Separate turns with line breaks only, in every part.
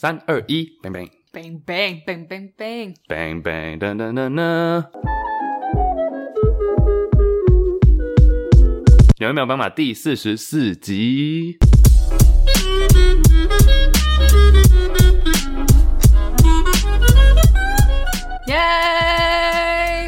三二一，bang bang。
bang bang bang bang bang，
Bang bang 噔噔噔噔。有没有斑马第四十四集？
耶！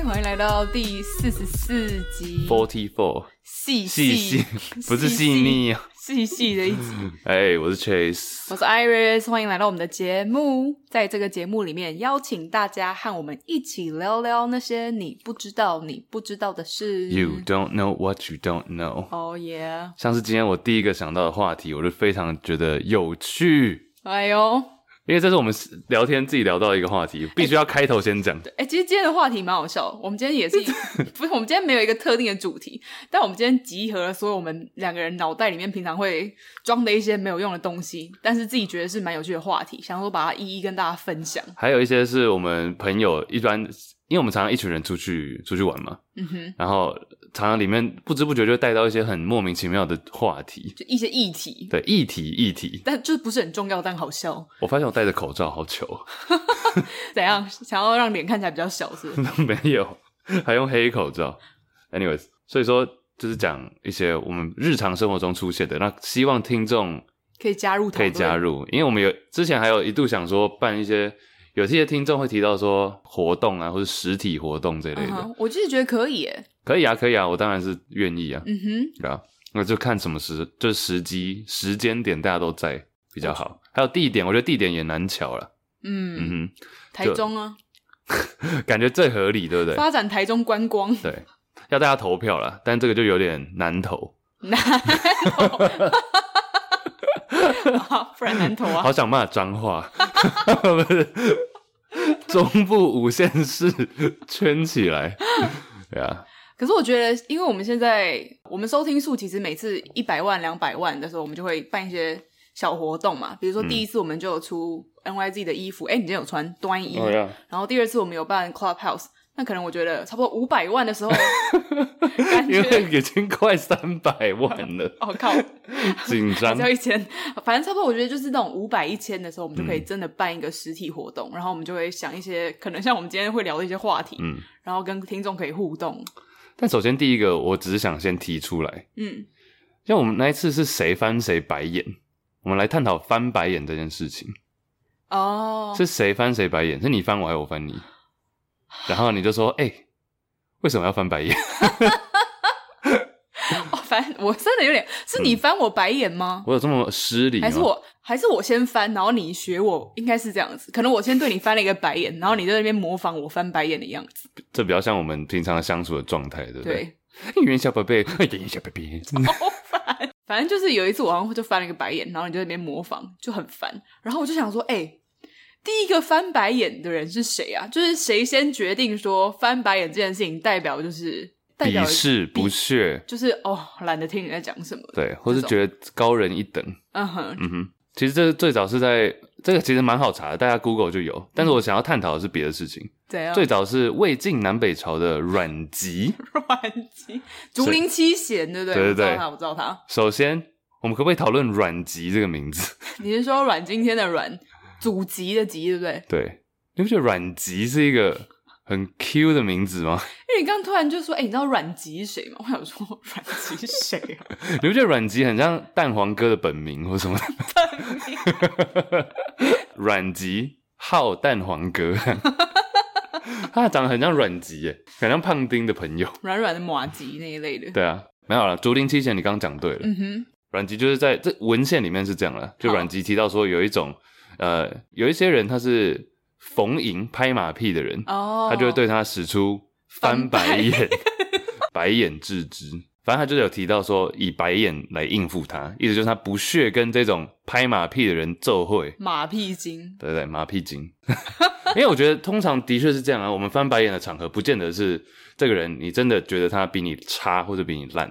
欢迎来到第四十四集，
Forty Four，
细
细细
细
不是细腻啊。
细细的一集。
哎，我是 Chase，
我是 Iris，欢迎来到我们的节目。在这个节目里面，邀请大家和我们一起聊聊那些你不知道、你不知道的事。
You don't know what you don't know。
哦耶！
像是今天我第一个想到的话题，我就非常觉得有趣，
哎呦，
因为这是我们聊天自己聊到一个话题，必须要开头先讲。
哎、其实今天的话题蛮好笑的。我们今天也是一， 不是我们今天没有一个特定的主题，但我们今天集合了所有我们两个人脑袋里面平常会装的一些没有用的东西，但是自己觉得是蛮有趣的话题，想说把它一一跟大家分享。
还有一些是我们朋友一般，因为我们常常一群人出去出去玩嘛，
嗯哼，
然后常常里面不知不觉就会带到一些很莫名其妙的话题，
就一些议题，
对议题议题。
但就是不是很重要，但好笑。
我发现我戴着口罩好糗，
怎样？想要让脸看起来比较小是不是？
没有，还用黑口罩。Anyways，所以说就是讲一些我们日常生活中出现的，那希望听众
可以加入，
可以加。入，因为我们有之前还有一度想说办一些，有些听众会提到说活动啊，或者实体活动这类
嗯
的，
哼，我就是觉得可以耶。
可以啊，可以啊，我当然是愿意啊，
嗯哼，
对啊，那就看什么时，就是时机、时间点，大家都在比较好。还有地点，我觉得地点也难巧了。
嗯，
嗯
台中啊，
哼，感觉最合理，对不对？
发展台中观光。
对，要大家投票了，但这个就有点难投。
啊不然难投 啊
好！想骂脏话， 不是中部五县市圈起来，对啊，
可是我觉得，因为我们现在我们收听数其实每次一百万、两百万的时候，我们就会办一些小活动嘛。比如
嗯
说第一次我们就有出 NYZ 的衣服，哎、你今天有穿端衣。
呀，
然后第二次我们有办 Clubhouse，那可能我觉得差不多五百万的时候，感
因
觉
为已经快三百万了，
哦 靠，
紧张
只。要一千，反正差不多。我觉得就是那种五百、一千的时候，我们就可以真的办一个实体活动，然后我们就会想一些可能像我们今天会聊的一些话题，
嗯，
然后跟听众可以互动。
但首先第一个，我只是想先提出来，
嗯，
像我们那一次是谁翻谁白眼，我们来探讨翻白眼这件事情，
哦，
是谁翻谁白眼？是你翻我还是我翻 你？然后你就说：“哎、为什么要翻白眼
哦，反正我真的有点，是你翻我白眼？”
嗯
吗？
我有这啊么失礼吗？
还是我还是我先翻，然后你学我，应该是这样子。可能我先对你翻了一个白眼，然后你在那边模仿我翻白眼的样子。
这比较像我们平常相处的状态，对不对？
对，哦
冤小宝贝，哎冤小宝贝，
反正就是有一次我好像就翻了一个白眼，然后你就在那边模仿，就很烦。然后我就想说，哎、第一个翻白眼的人是谁啊？就是谁先决定说翻白眼这件事情代表就是代表
鄙视、不屑，
就是哦，懒得听你在讲什么。
对，或是
这种
觉得高人一等。
嗯哼，
嗯哼，其实这最早是在这个其实蛮好查的，大家 Google 就有。但是我想要探讨的是别的事情，
怎样？
最早是魏晋南北朝的阮籍。
阮籍，竹林七贤，对不对？
对对对
我知道他，我知道他。
首先，我们可不可以讨论“阮籍”这个名字？
你是说阮经天的阮，祖籍的籍，对不对？
对，你不觉得“阮籍”是一个很 Q 的名字吗？
因为你刚刚突然就说，哎、你知道阮籍是谁吗？我想说阮籍是谁啊？
你不觉得“阮籍”很像蛋黄哥的本名或什么的？ 阮籍号蛋黄哥， 他长得很像阮籍耶，很像胖丁的朋友。
软软的马吉那一类的。
对啊，没有了。竹林七贤，你刚刚讲对了。
嗯哼，
阮籍就是在这文献里面是这样了，就
好
阮籍提到说有一种呃，有一些人他是逢迎拍马屁的人，
哦，
他就会对他使出翻白
翻白
眼，白眼置之。反正他就是有提到说以白眼来应付他，意思就是他不屑跟这种拍马屁的人奏会，
马屁精，
对不对？马屁精， 因为我觉得通常的确是这样啊，我们翻白眼的场合，不见得是这个人你真的觉得他比你差或者比你烂，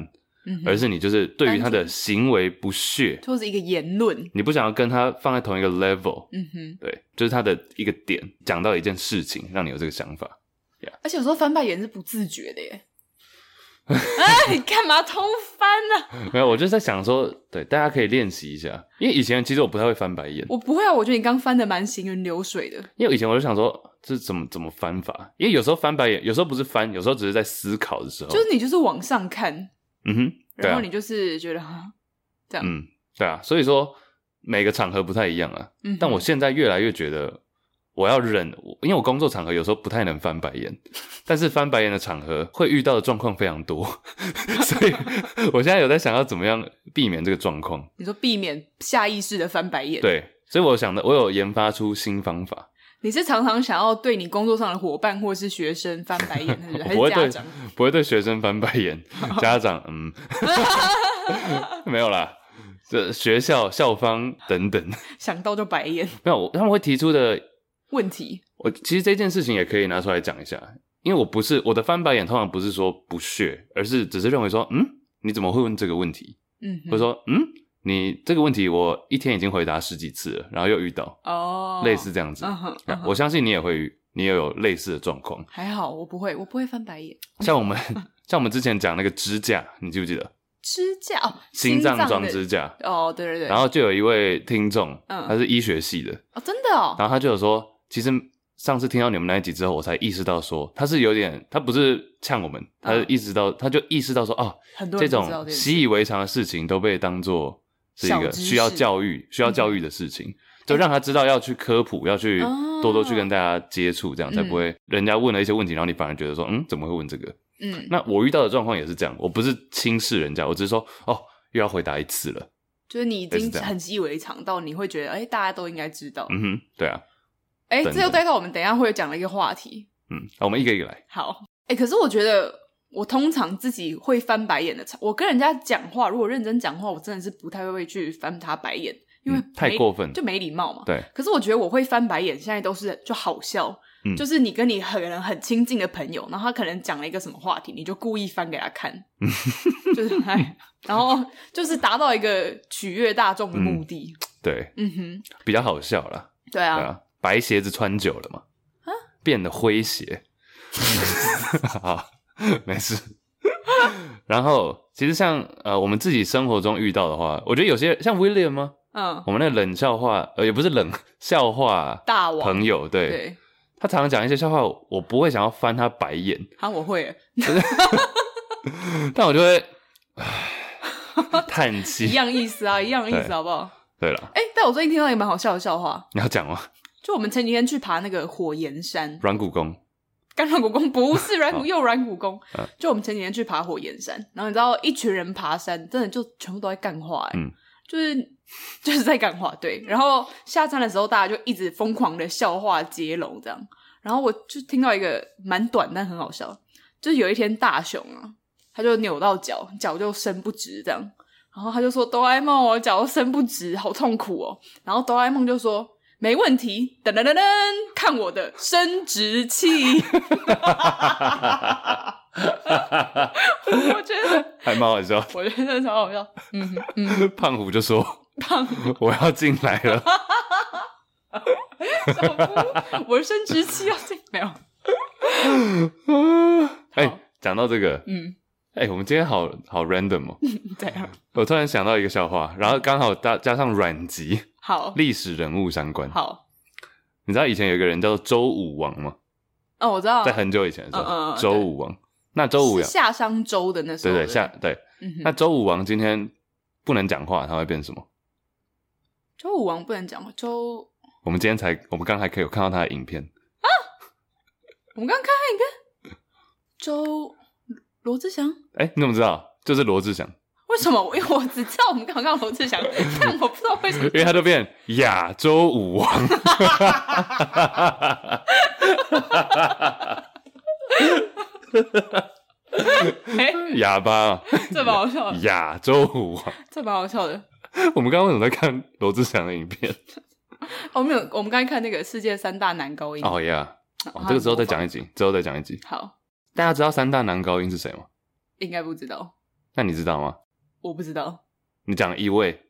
嗯哼，
而是你就是对于他
单
的
纯
行为不屑，
就是一个言论，
你不想要跟他放在同一个 level，
嗯哼，
对，就是他的一个点，讲到一件事情，让你有这个想法。
而且有时候翻白眼是不自觉 的耶。哎，你干嘛偷翻啊呢、
没有，我就在想说，对，大家可以练习一下，因为以前其实我不太会翻白眼，
我不会啊，我觉得你刚翻的蛮行云流水的。
因为以前我就想说，这怎么怎么翻法？因为有时候翻白眼，有时候不是翻，有时候只是在思考的时候，
就是你就是往上看，
嗯哼，对
然
啊
后，你就是觉得哈，这样，
嗯，对啊，所以说每个场合不太一样啊。
嗯哼
但我现在越来越觉得，我要忍，我因为我工作场合有时候不太能翻白眼，但是翻白眼的场合会遇到的状况非常多， 所以我现在有在想要怎么样避免这个状况。
你说避免下意识的翻白眼，，
对，所以我想的，我有研发出新方法，
你是常常想要对你工作上的伙伴或是学生翻白眼， 是不是
我
还是
会
家
对
长？
不会对学生翻白 眼，家长嗯，没有啦，这学校校方等等，
想到就白眼
没有，我他们会提出的
问题，
我其实这件事情也可以拿出来讲一下，因为我不是我的翻白眼，通常不是说不屑，而是只是认为说，嗯，你怎么会问这个问题？
嗯哼，
或者说，嗯，你这个问题我一天已经回答十几次了，然后又遇到、
哦，
类似这样子。
嗯哼，嗯
啊
哼
我相信你也会遇，你也有类似的状况。
还好我不会，我不会翻白眼。
像 我们像我们之前讲那个支架，你记不记得？
支架哦，
心脏
的
装支架。
哦，对对对，
然后就有一位听众，
嗯
他是医学系的，
哦，真的哦，
然后他就有说，其实上次听到你们那一集之后，我才意识到说他是有点，他不是呛我们，他是意识到，他就意识到说，哦，
嗯很多
这
人不知道
种
这件事
习以为常的事情都被当做是一
小
个
知识嗯
需要教育、需要教育的事情，就让他知道要去科普，要去
哦
多多去跟大家接触，这样才不会人家问了一些问题，然后你反而觉得说，嗯，怎么会问这个？
嗯，
那我遇到的状况也是这样，我不是轻视人家，我只是说，哦，又要回答一次了，
就是你已
类似
经
这样
很习以为常到你会觉得，哎，大家都应该知道，
嗯哼，对啊，
哎，
等
这又
等
带到我们等一下会讲的一个话题，
嗯，那我们一个一个来，
好，哎、可是我觉得我通常自己会翻白眼的场，我跟人家讲话，如果认真讲话，我真的是不太会去翻他白眼，因为
嗯太
没
过分
就没礼貌嘛。
对，
可是我觉得我会翻白眼，现在都是就好笑，
嗯
就是你跟你可能很亲近的朋友，然后他可能讲了一个什么话题，你就故意翻给他看，
嗯
就是哎，然后就是达到一个取悦大众的目的。
对，
嗯哼，
比较好笑啦。
对啊，
对啊，白鞋子穿久了嘛，变得灰 鞋。好，没事。然后，其实像呃，我们自己生活中遇到的话，我觉得有些像 William 吗？
嗯，
我们那个冷笑话，呃，也不是冷笑话
大王
朋友，对
对，
他常常讲一些笑话，我不会想要翻他白 眼，
好，啊我 会
但我就会唉 叹
一
气。
样意思啊，一样意思，
对
好不好？
对了，
哎、但我最近听到一个蛮好笑的笑话，
你要讲吗？
就我们前几天去爬那个火焰山，
软骨功，
干软骨功不是软骨，又软骨功
嗯。
就我们前几天去爬火焰山，然后你知道一群人爬山，真的就全部都在干话、欸，
嗯
就是 就是在干话，对。然后下山的时候，大家就一直疯狂的笑话接龙这样。然后我就听到一个蛮短但很好笑，就是有一天大雄啊，他就扭到脚，脚就伸不直这样，然后他就说哆啦 A 梦，我脚伸不直，好痛苦哦。然后哆啦 A 梦就说没问题，噔噔噔噔，看我的伸直器。我觉得，
还蛮好笑。
我觉得超好笑。嗯哼 嗯，
胖虎就说：“胖， 我要进来 了。”
小夫，我的伸直器要进没有？
哎、
好
讲到这个，
嗯，
哎、我们今天好好 random 哦。
这样
我突然想到一个笑话，然后刚好搭加上阮籍
好
历史人物相关。
好
你知道以前有一个人叫做周武王吗？
哦，我知道，
在很久以前的时候，
嗯嗯嗯
周武王。那周武
是
王，
夏商周的那时
对
候，
对下对，
嗯哼
那周武王今天不能讲话，他会变什么？
周武王不能讲，周
我们今天才，我们刚才可以有看到他的影片，
我们刚刚看他影片，周罗志祥。
哎、你怎么知道？就是罗志祥，
为什么？因为我只知道我们刚刚罗 志祥，但我不知道为什么
因为他就变亚洲舞王。
哎，
哑巴 啊，
这蛮好笑的，
亚洲舞啊！
这蛮好笑的。
我们刚刚为什么在看罗志祥的影片？
哦，没有，我们刚才看那个世界三大男高音，
哦呀，哦
啊
这个之后再讲一集，之后再讲一集。
好，
大家知道三大男高音是谁吗？
应该不知道，
那你知道吗？
我不知道。
你讲一位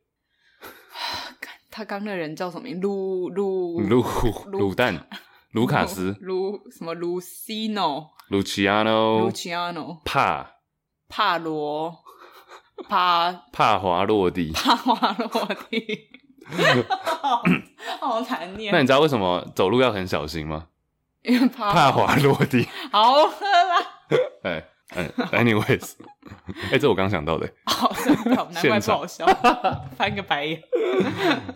看他刚那人叫什么名？卢卢
鲁
卢
卤蛋、卢卡斯、
卢什么卢西诺、
卢奇亚诺
卢、奇亚诺、
帕
帕罗、帕
帕华洛蒂。
帕瓦罗蒂， 好好难
那
念，
你知道为什么走路要很小心吗？
因为帕
帕华落地。
好喝啦，
哎哎，anyways，哎、 这我刚想到的，
好真的哦难怪
现
不
场
好笑，翻个白眼。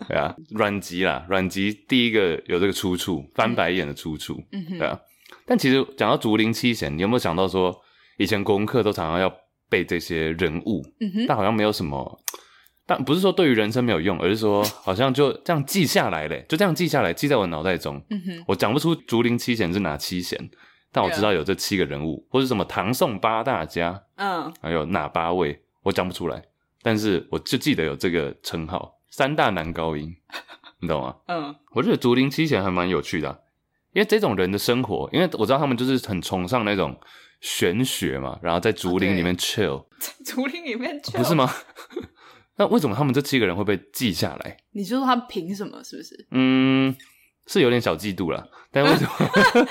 对啊，阮籍啦，阮籍第一个有这个出处，翻白眼的出处，对
嗯哼，
啊。但其实讲到竹林七贤，你有没有想到说，以前功课都常常要背这些人物，
嗯哼，
但好像没有什么，但不是说对于人生没有用，而是说 好像就这样记下来嘞，就这样记下来，记在我脑袋中。
嗯哼，
我讲不出竹林七贤是哪七贤，但我
对啊
知道有这七个人物，或是什么唐宋八大家，
嗯，
还有哪八位，我讲不出来，但是我就记得有这个称号，三大男高音， 你懂吗？
嗯，
我觉得竹林七贤还蛮有趣的啊、因为这种人的生活，因为我知道他们就是很崇尚那种玄学嘛，然后在竹林里面 chill，、
竹林里面去
不是？吗？ 那为什么他们这七个人会被记下来？
你就说他凭什么？是不是？
嗯，是有点小嫉妒啦，但为什么？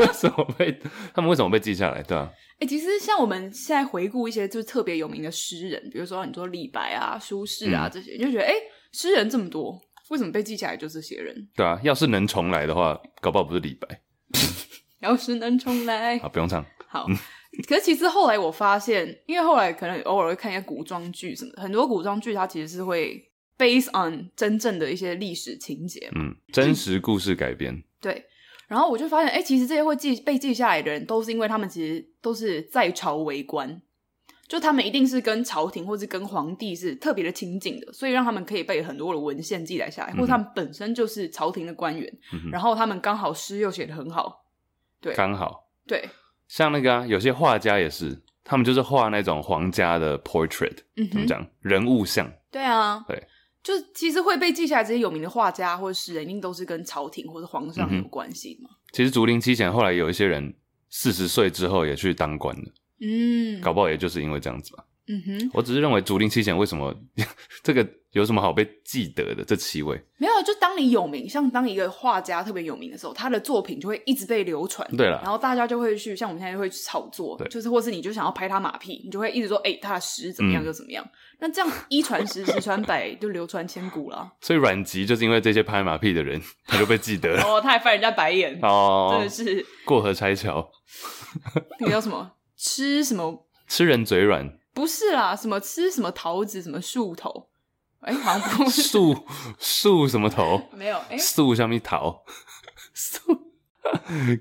为什么被他们为什么被记下来？对啊，
哎、其实像我们现在回顾一些就是特别有名的诗人，比如说你说李白啊、苏轼啊
嗯
这些，你就觉得哎，诶诗、人这么多，为什么被记下来就这些人？
对啊，要是能重来的话，搞不好不是李白
要是能重来，
啊，不用唱。
好。可是其实后来我发现，因为后来可能偶尔会看一些古装剧什么的，很多古装剧它其实是会 based on 真正的一些历史情节嘛
嗯，真实故事改编，
对，然后我就发现，哎、其实这些会记被记下来的人，都是因为他们其实都是在朝为官，就他们一定是跟朝廷或是跟皇帝是特别的亲近的，所以让他们可以被很多的文献记载下来，或者他们本身就是朝廷的官员，
嗯哼
然后他们刚好诗又写的很好，对
刚好
对，
像那个啊，有些画家也是，他们就是画那种皇家的 portrait，
嗯
怎么
哼，
讲？人物像，
对啊，
对。
就是其实会被记下来这些有名的画家或者诗人，一定都是跟朝廷或者皇上
嗯
有
哼
关系的嘛。
其实竹林七贤后来有一些人四十岁之后也去当官了，
嗯
搞不好也就是因为这样子吧。
嗯哼，
我只是认为竹林七贤为什么 这个有什么好被记得的？这七位，
没有，啊就当你有名，像当一个画家特别有名的时候，他的作品就会一直被流传。
对啦
然后大家就会去，像我们现在就会去炒作
对，
就是或是你就想要拍他马屁，你就会一直说，哎、他的诗怎么
嗯
样就怎么样。那这样一传十，十传百，就流传千古啦。
所以阮籍就是因为这些拍马屁的人， 他就被记得了。
哦，他还翻人家白 眼，真
哦
的，是
过河拆桥，
那个叫什么吃什么？
吃人嘴软，
不是啦，什么吃什么桃子，什么树头？哎、好像 不是，
树树什么头？
没有，哎、
树下面 桃，树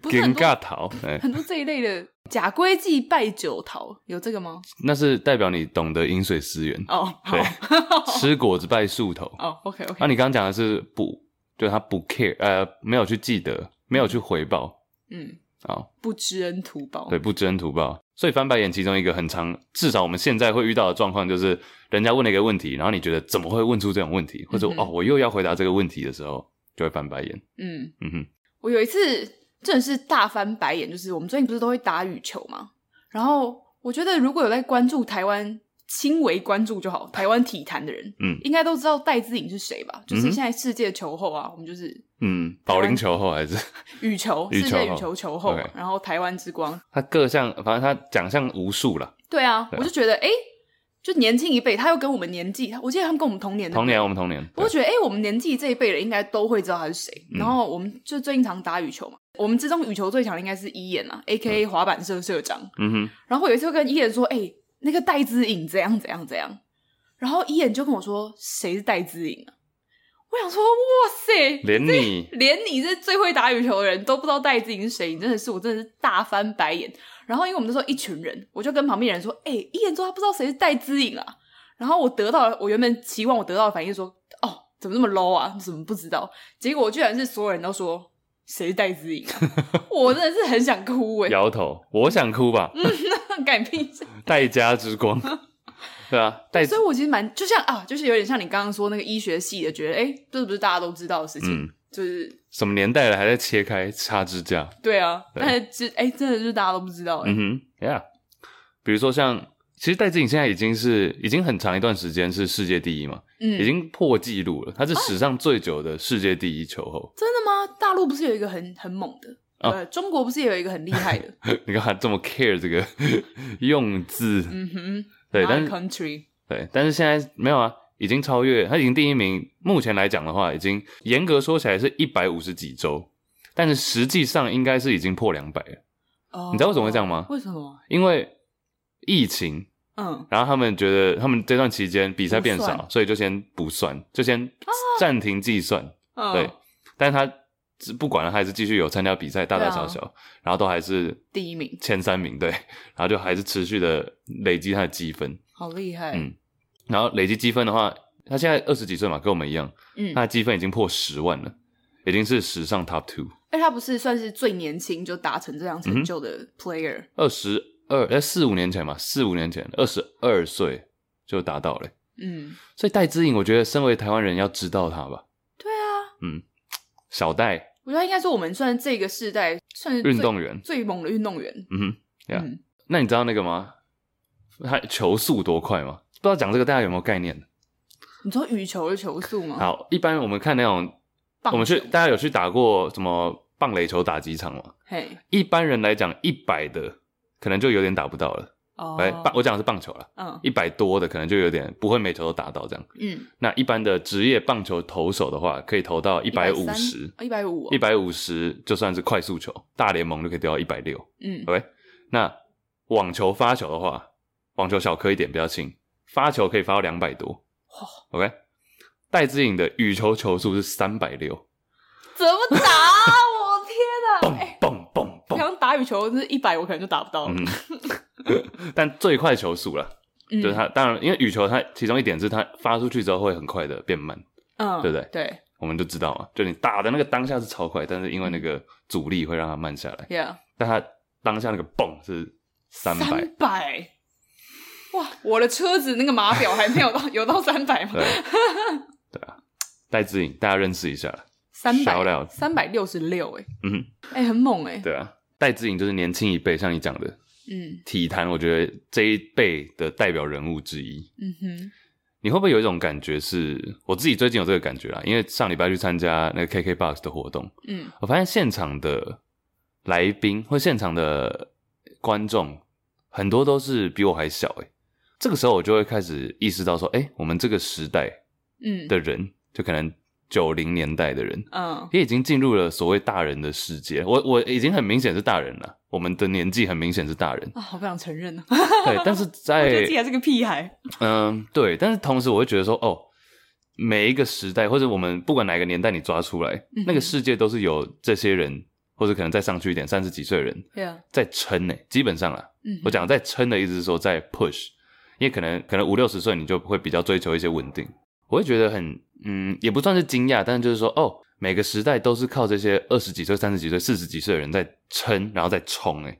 不是
尴
很多
尬桃，哎，
很多这一类的假规矩拜酒桃，有这个吗？
那是代表你懂得饮水思源。
哦，好
对， 吃果子拜树头。
哦，OK OK，
那、你刚刚讲的是不，就是他不 care，呃，没有去记得，没有去回报
嗯。
啊、
不知恩图报。
对，，不知恩图报。所以翻白眼其中一个很常，至少我们现在会遇到的状况就是，人家问了一个问题，然后你觉得怎么会问出这种问题，或者、
嗯哼
哦，我又要回答这个问题的时候，就会翻白眼。
嗯，
嗯哼，
我有一次真的是大翻白眼，就是我们最近不是都会打羽球嘛，然后我觉得如果有在关注台湾。轻微关注就好，台湾体坛的人，
嗯
应该都知道戴资颖是谁吧？就
嗯
是
哼
现在世界球后啊，我们就是
嗯，保龄球后还是
羽球，
羽
世
球
界
后
羽球球后嘛
OK
然后台湾之光，
他各项，反正他奖项无数啦。
对啊，
对啊
我就觉得，哎、就年轻一辈，他又跟我们年纪，我记得他们跟我们同年的，
童年，我们童年，
我就觉得，哎、我们年纪这一辈人应该都会知道他是谁。
嗯
然后我们就最近常打羽球嘛，我们之中羽球最强的应该是伊眼啊，A K A 滑板社社长。
嗯哼，
然后我有一次就跟伊眼说，哎、那个戴资颖怎样怎样怎样。然后伊眼就跟我说，谁是戴资颖啊？我想说，哇塞，
连你
连你这最会打羽球的人都不知道戴资颖是谁，你真的是我真的是大翻白眼。然后因为我们那时候一群人，我就跟旁边人说：“哎、一眼说他不知道谁是戴资颖啊。”然后我得到了，我原本期望我得到的反应是说：“哦，怎么那么 low 啊？怎么不知道？”结果居然是所有人都说 谁是戴资颖啊！我真的是很想哭哎、嗯
摇头，我想哭吧。
改屁事。
代家之 光，对啊，代
所以我其实蛮就像啊，就是有点像你刚刚说那个医学系的，觉得哎、诶这不是大家都知道的事情，
嗯
就是
什么年代了还在切开插支架？
对啊，
对
但是知哎、真的就是大家都不知道、诶欸
嗯哼，Yeah，比如说像。其实戴志颖现在已经是已经很长一段时间是世界第一嘛，
嗯哦
已经破纪录了。他是史上最久的世界第一球后。
真的吗？大陆不是有一个很很猛的？
啊
呃，中国不是也有一个很厉 害的？
你看他这么 care 这个 用字，
嗯哼，
对，
My
但是
country，
对，但是现在没有啊，已经超越，他已经第一名。目前来讲的话，已经严格说起来是一百五十几周，但是实际上应该是已经破两百了。
哦
你知道为什么会这样吗
为什么？
因为疫情，
嗯，
然后他们觉得他们这段期间比赛变
不
少，
算哦
所以就先不算，就先暂停计算。
嗯
对，但是他只不管了，他还是继续有参加比赛，大大小小，然后都还是
啊第一名，
前三名，对，然后就还是持续的累积他的积分。
好厉害。
嗯然后累积积分的话，他现在二十几岁嘛，跟我们一样，
嗯，
他
哎、
的积分已经破十万了，已经是史上 top two，
哎他不是算是最年轻就达成这样成就的 player，、
二十二，呃，四五年前嘛，四五年前，二十二岁就达到了。
嗯，
所以戴资颖，我觉得身为台湾人要知道他吧，嗯
对啊，
小戴
我觉得应该说我们算这个世代算是最
运动员，
最猛的运动员。
嗯哼，Yeah
嗯，
那你知道那个吗？他球速多快吗？不知道讲这个大家有没有概念？
你说羽球的球速吗？
好，一般我们看那种，
棒球
我们去大家有去打过什么棒垒球打击场吗？
嘿，
一般人来讲，一百的可能就有点打不到了。
哦，
哎、棒，我讲的是棒球啦，
嗯
一百多的可能就有点不会每球都打到这样。
嗯，
那一般的职业棒球投手的话，可以投到一百五十，
一百五，
一百五十就算是快速球，大联盟就可以丢到一百六。
嗯，
OK，那网球发球的话，网球小颗一点，比较轻，发球可以发到两百多。OK，戴资颖的羽球球速是三百六，
怎么打 啊？我天哪！哎
蹦蹦蹦蹦，
平常打羽球，那一百我可能就打不到了。
嗯，但最快球速了。
嗯
就是它，当然，因为羽球它其中一点是它发出去之后会很快的变慢，
嗯，
对不对
对
我们就知道嘛，就你打的那个当下是超快，但是因为
嗯
那个阻力会让它慢下来，
，Yeah，
但它当下那个蹦是三百，
三百，哇！我的车子那个码表还没有到，有到三百吗
对？ 对啊，戴志颖大家认识一下啦，
三
小了
百，三百六十六，哎，
嗯哼，
哎，很猛哎，
对啊，戴志颖就是年轻一辈，像你讲的
嗯
体坛，我觉得这一辈的代表人物之一。
嗯哼，
你会不会有一种感觉是，我自己最近有这个感觉啦，因为上礼拜去参加那个 KKBOX 的活动，
嗯
我发现现场的来宾或现场的观众很多都是比我还小诶、这个时候我就会开始意识到说，诶、我们这个时代
嗯
的人，就可能九零年代的人，
嗯，
也已经进入了所谓大人的世界。我我已经很明显是大人了，我们的年纪很明显是大人
啊，好不想承认呢，
对。但是
我
在
觉得自己还是个屁孩。
嗯，对，但是同时我会觉得说，哦，每一个时代或者我们不管哪个年代你抓出来，
嗯哼
那个世界都是有这些人，或者可能再上去一点三十几岁的人
Yeah，
在撑呢、基本上啦，
嗯哼
我讲在撑的意思是说在 push，因为可能可能五六十岁你就会比较追求一些稳定，我会觉得很嗯，也不算是惊讶，但是就是说哦，每个时代都是靠这些二十几岁、三十几岁、四十几岁的人在撑，然后在冲、欸，哎，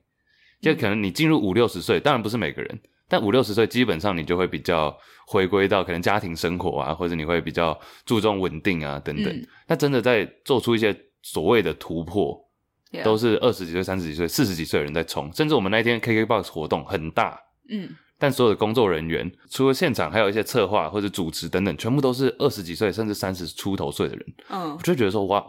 就可能你进入五六十岁，当然不是每个人，但五六十岁基本上你就会比较回归到可能家庭生活啊，或者你会比较注重稳定啊等等
嗯，
那、真的在做出一些所谓的突破，
Yeah，
都是二十几岁、三十几岁、四十几岁的人在冲，甚至我们那一天 KKBOX 活动很大，
嗯
但所有的工作人员，除了现场，还有一些策划或者主持等等，全部都是二十几岁甚至三十出头岁的人，
嗯
我就觉得说，哇，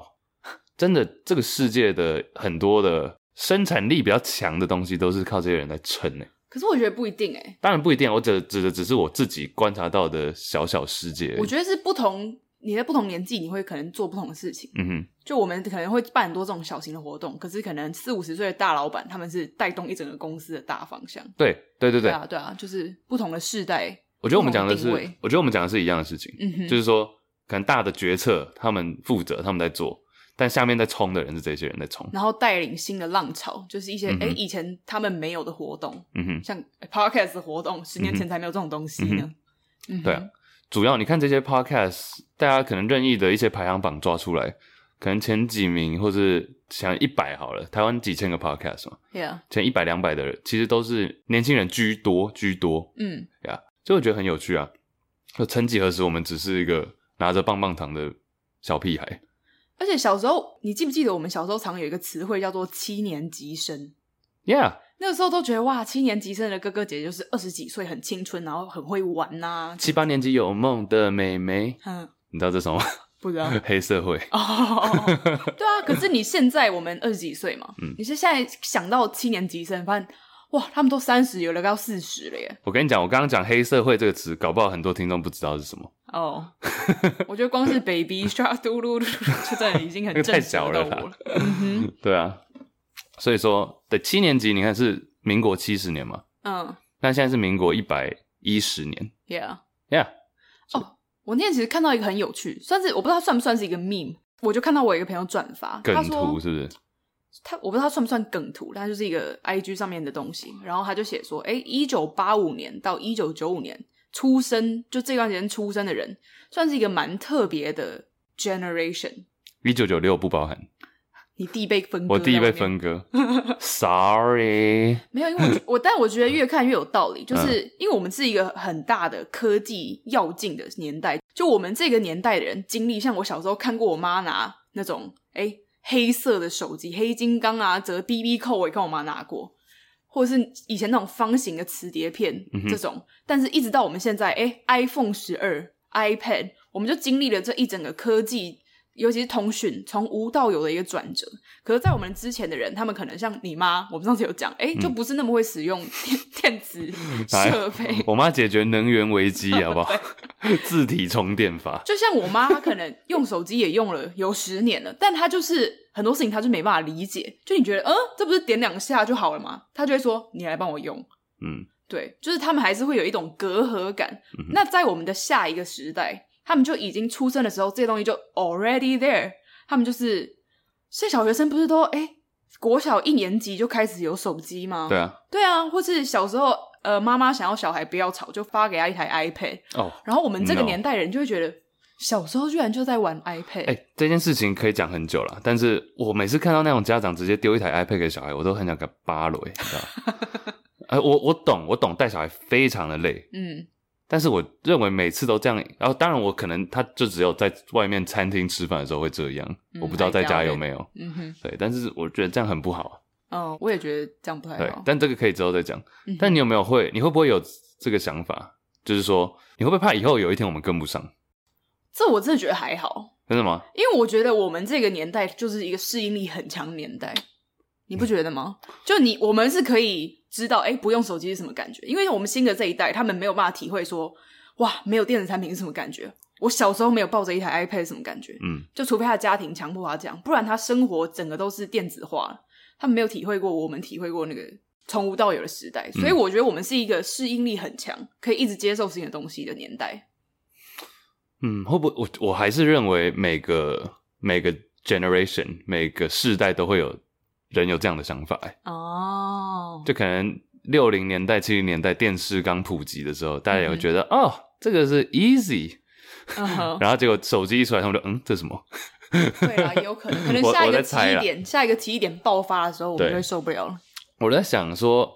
真的这个世界的很多的生产力比较强的东西，都是靠这些人来撑诶、
可是我觉得不一定哎、
当然不一定，啊我指指的只是我自己观察到的小小世界而已。
我觉得是不同，你在不同年纪，你会可能做不同的事情。
嗯哼，
就我们可能会办很多这种小型的活动，可是可能四五十岁的大老板，他们是带动一整个公司的大方向。
对对对对，
啊，对啊，就是不同的世代，
我觉得我们讲的
不
是
同的定位，
我觉得我们讲的是一样的事情。
嗯哼，
就是说，可能大的决策他们负责，他们在做，但下面在冲的人是这些人在冲。
然后带领新的浪潮，就是一些
嗯
哎、
哼
以前他们没有的活动，
嗯哼，
像诶 podcast 的活动，十
嗯
年前才没有这种东西呢。嗯哼
啊对啊，主要你看这些 podcast，大家可能任意的一些排行榜抓出来，可能前几名或是想一百好了，台湾几千个 podcast 嘛，
，Yeah，
前一百两百的人其实都是年轻人居多居多
嗯，
呀，所以我觉得很有趣啊。就曾几何时，我们只是一个拿着棒棒糖的小屁孩，
而且小时候，你记不记得我们小时候常有一个词汇叫做七年级生？
Yeah，
那个时候都觉得哇，七年级生的哥哥姐姐就是二十几岁，很青春，然后很会玩呐、
七八年级有梦的妹妹，
嗯，
你知道这什么吗？
不知道
黑社会。
哦，对啊。可是你现在我们二十几岁嘛，
嗯
你是现在想到七年级生，发现哇，他们都三十，有的要四十了耶。
我跟你讲，我刚刚讲黑社会这个词，搞不好很多听众不知道是什么。
哦，我觉得光 是 baby shark 嘟噜噜噜，就真的已经很
那个 太
震
小
慑
了
到
啦
我了。嗯哼，
对啊，所以说，对七年级你看是民国七十年嘛，
嗯
那现在是民国一百一十年
，yeah。
，Yeah，
我那天其实看到一个很有趣，算是我不知道算不算是一个 meme，我就看到我有一个朋友转发，他
梗
说
图是不是？
他我不知道他算不算梗图，但就是一个 IG 上面的东西。然后他就写说，哎，一九八五年到一九九五年出生，就这段时间出生的人，算是一个蛮特别的 generation。
一九九六不包含，
嗯你弟被分割，
我第一被，分割
啊
，Sorry，
没有，因为我觉我，但我觉得越看越有道理，
嗯
就是因为我们是一个很大的科技要进的年代，就我们这个年代的人经历，像我小时候看过我妈拿那种哎、诶黑色的手机，黑金刚啊，折 BB 扣，我也看我妈拿过，或者是以前那种方形的磁碟片、
嗯哼
这种，但是一直到我们现在，哎、i p h o n e 十二、iPad，我们就经历了这一整个科技。尤其是通讯从无到有的一个转折，可是，在我们之前的人，他们可能像你妈，我们上次有讲，哎、就
嗯
不是那么会使用电 电 子
来
设备，
我妈解决能源危机好不 好？字体重电法，
就像我妈，她可能用手机也用了有十年了，但她就是很多事情她就没办法理解。就你觉得，嗯，这不是点两下就好了吗？她就会说：“你来帮我用。
嗯，”
对，就是他们还是会有一种隔阂感。那在我们的下一个时代，他们就已经出生的时候，这些东西就 already there。他们就是，现在小学生不是都哎、国小一年级就开始有手机吗？
对啊，
对啊，或是小时候，呃，妈妈想要小孩不要吵，就发给他一台 iPad。
哦，
然后我们这个
No
年代人就会觉得，小时候居然就在玩 iPad，、
哎、这件事情可以讲很久了，但是我每次看到那种家长直接丢一台 iPad 给小孩，我都很想给他扒了、欸，你知道吗？哎、我我懂，我懂，带小孩非常的累，
嗯，
但是我认为每次都这样，然后当然我可能他就只有在外面餐厅吃饭的时候会这样，
嗯
我不知道在家
I doubt it
有没有。
嗯哼，
对，但是我觉得这样很不好。
哦，我也觉得这样不太
对
好，。
但这个可以之后再讲。
嗯哼
但你有没有会？你会不会有这个想法？就是说，你会不会怕以后有一天我们跟不上？
这我真的觉得还好，
真的吗？
因为我觉得我们这个年代就是一个适应力很强的年代，你不觉得吗？就你我们是可以知道，哎，不用手机是什么感觉，因为我们新的这一代，他们没有办法体会说，哇，没有电子产品是什么感觉。我小时候没有抱着一台 iPad 是什么感觉？
嗯，
就除非他的家庭强迫他这样，不然他生活整个都是电子化了。他们没有体会过我们体会过那个从无到有的时代，所以我觉得我们是一个适应力很强，可以一直接受新的东西的年代。
嗯，会不会我我还是认为每个每个 generation 每个世代都会有人有这样的想法、欸，
哦，
就可能六零年代七零年代电视刚普及的时候，大家也会觉得、哦，这个是 easy，然
嗯
后结果手机一出来，他们就嗯，这是什么？
对啦，有可能，可能
我
下一
我在
个奇
猜
异
啦
点，下一个奇异点爆发的时候，我们
对
就会受不了了。
我在想说，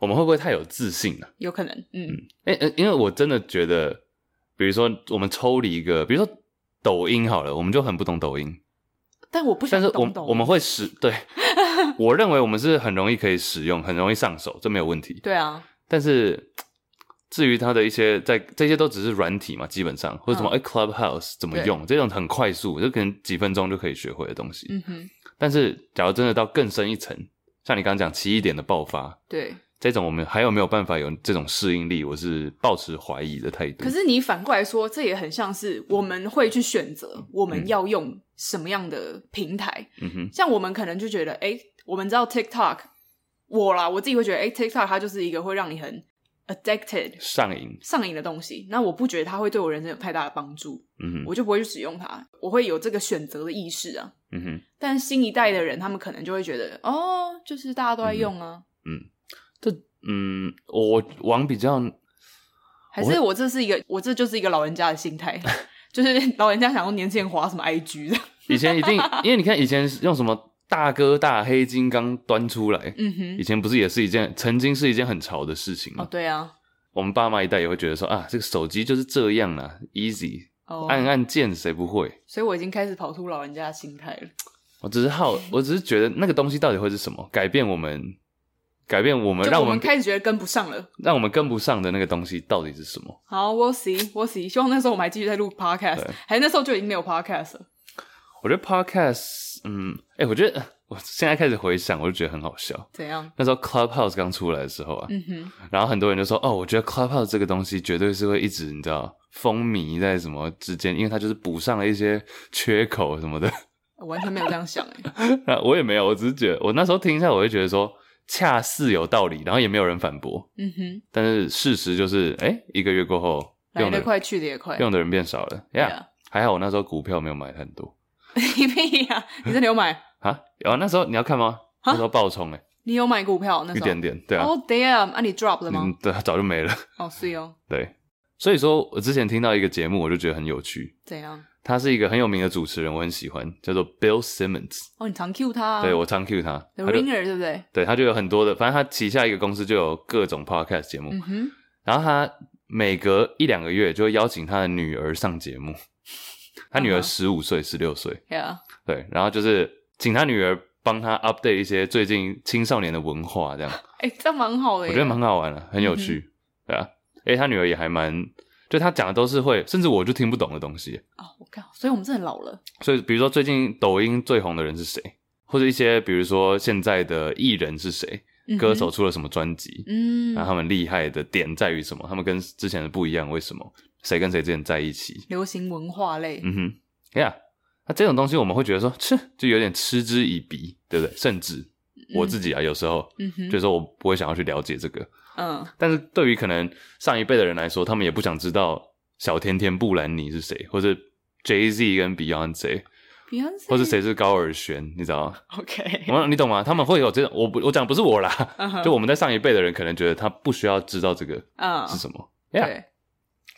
我们会不会太有自信了、
有可能，嗯，
哎、呃因为我真的觉得，比如说我们抽离一个，比如说抖音好了，我们就很不懂抖音，
但我不
但
想
是我
懂懂。
我们会使对， 我认为我们是很容易可以使用，很容易上手，这没有问题。
对啊，
但是至于它的一些在这些都只是软体嘛，基本上或者什么
嗯
哎、Clubhouse 怎么用，这种很快速，就可能几分钟就可以学会的东西。
嗯哼，
但是假如真的到更深一层，像你刚刚讲奇异点的爆发，
对。
这种我们还有没有办法有这种适应力？我是抱持怀疑的态度。
可是你反过来说，这也很像是我们会去选择我们要用什么样的平台。
嗯哼，
像我们可能就觉得，哎、我们知道 TikTok，我啦，我自己会觉得，哎、t i k t o k 它就是一个会让你很 addicted
上瘾，
上瘾的东西。那我不觉得它会对我人生有太大的帮助，
嗯哼，
我就不会去使用它，我会有这个选择的意识啊。
嗯哼，
但新一代的人，他们可能就会觉得，哦，就是大家都在用啊，
嗯，我往比较
还 是我这是一个，我这就是一个老人家的心态，就是老人家想用年轻人划什么 IG 的，
以前一定，因为你看以前是用什么大哥大、黑金刚端出来，
嗯哼，
以前不是也是一件曾经是一件很潮的事情吗？
哦，对啊，
我们爸妈一代也会觉得说啊，这个手机就是这样啊，easy，
哦，
按按键谁不会？
所以我已经开始跑出老人家的心态了。
我只是好，我只是觉得那个东西到底会是什么，改变我们，改变我们，
就
哦让
我
我
们
们
开始觉得跟不上了。
让我们跟不上的那个东西到底是什么？
好，We'll see，We'll see。希望那时候我们还继续在录 podcast，
对
还是那时候就已经没有 podcast 了。
我觉得 podcast，嗯，哎、我觉得我现在开始回想，我就觉得很好笑。
怎样？
那时候 Clubhouse 刚出来的时候啊，
嗯哼，
然后很多人就说，哦，我觉得 Clubhouse 这个东西绝对是会一直你知道风靡在什么之间，因为它就是补上了一些缺口什么的。
我完全没有这样想哎。
啊，我也没有，我只是觉得我那时候听一下，我会觉得说恰似有道理，然后也没有人反驳。
嗯哼，
但是事实就是，哎、一个月过后
来
用的
得
人
快，去得也快。
用的人变少了
对
呀。Yeah，
啊，
还好我那时候股票没有买很多
你屁呀！ 你真的有买？
啊。然后那时候你要看吗？那时候爆冲哎、
你有买股票那
一
时候？
点点，对啊，
Oh damn！啊，你 drop 了吗
嗯？，对，早就没了。
哦，是哦。
对，所以说我之前听到一个节目，我就觉得很有趣。
怎样？
他是一个很有名的主持人，我很喜欢，叫做 Bill Simmons、
哦，你常 Q 他啊。
对我常 cue 他，
The
他就
Ringer 对不对？
对他就有很多的，反正他旗下一个公司就有各种 podcast 节目。
嗯哼，
然后他每隔一两个月就会邀请他的女儿上节目， 他女儿
嗯哼
十五岁、十六岁，
对啊，
对，然后就是请他女儿帮他 update 一些最近青少年的文化，这样
哎，这样蛮好的
我
耶。
觉得蛮好玩的、很
嗯
有趣，对啊，哎，他女儿也还蛮，就他讲的都是会，甚至我就听不懂的东西，
哦，我靠！所以我们真的很老了。
所以比如说最近抖音最红的人是谁，或者一些比如说现在的艺人是谁，
嗯哼
歌手，出了什么专辑，
嗯
那，他们厉害的点在于什么？他们跟之前的不一样，为什么？谁跟谁之前在一起？
流行文化类。
嗯哼，Yeah，那这种东西我们会觉得说，吃就有点嗤之以鼻，对不对？甚至我自己啊，有时候
嗯哼
就是说我不会想要去了解这个，
嗯，
但是对于可能上一辈的人来说，他们也不想知道小甜甜布兰妮是谁，或者 Jay Z 跟 Beyonce，
Beyonce
或是谁是高尔宣，你知道吗？ 嗯
？OK，
我你懂吗？他们会有这种，我不我讲不是我啦，
嗯哼
就我们在上一辈的人可能觉得他不需要知道这个
嗯
是什么。Yeah，
对，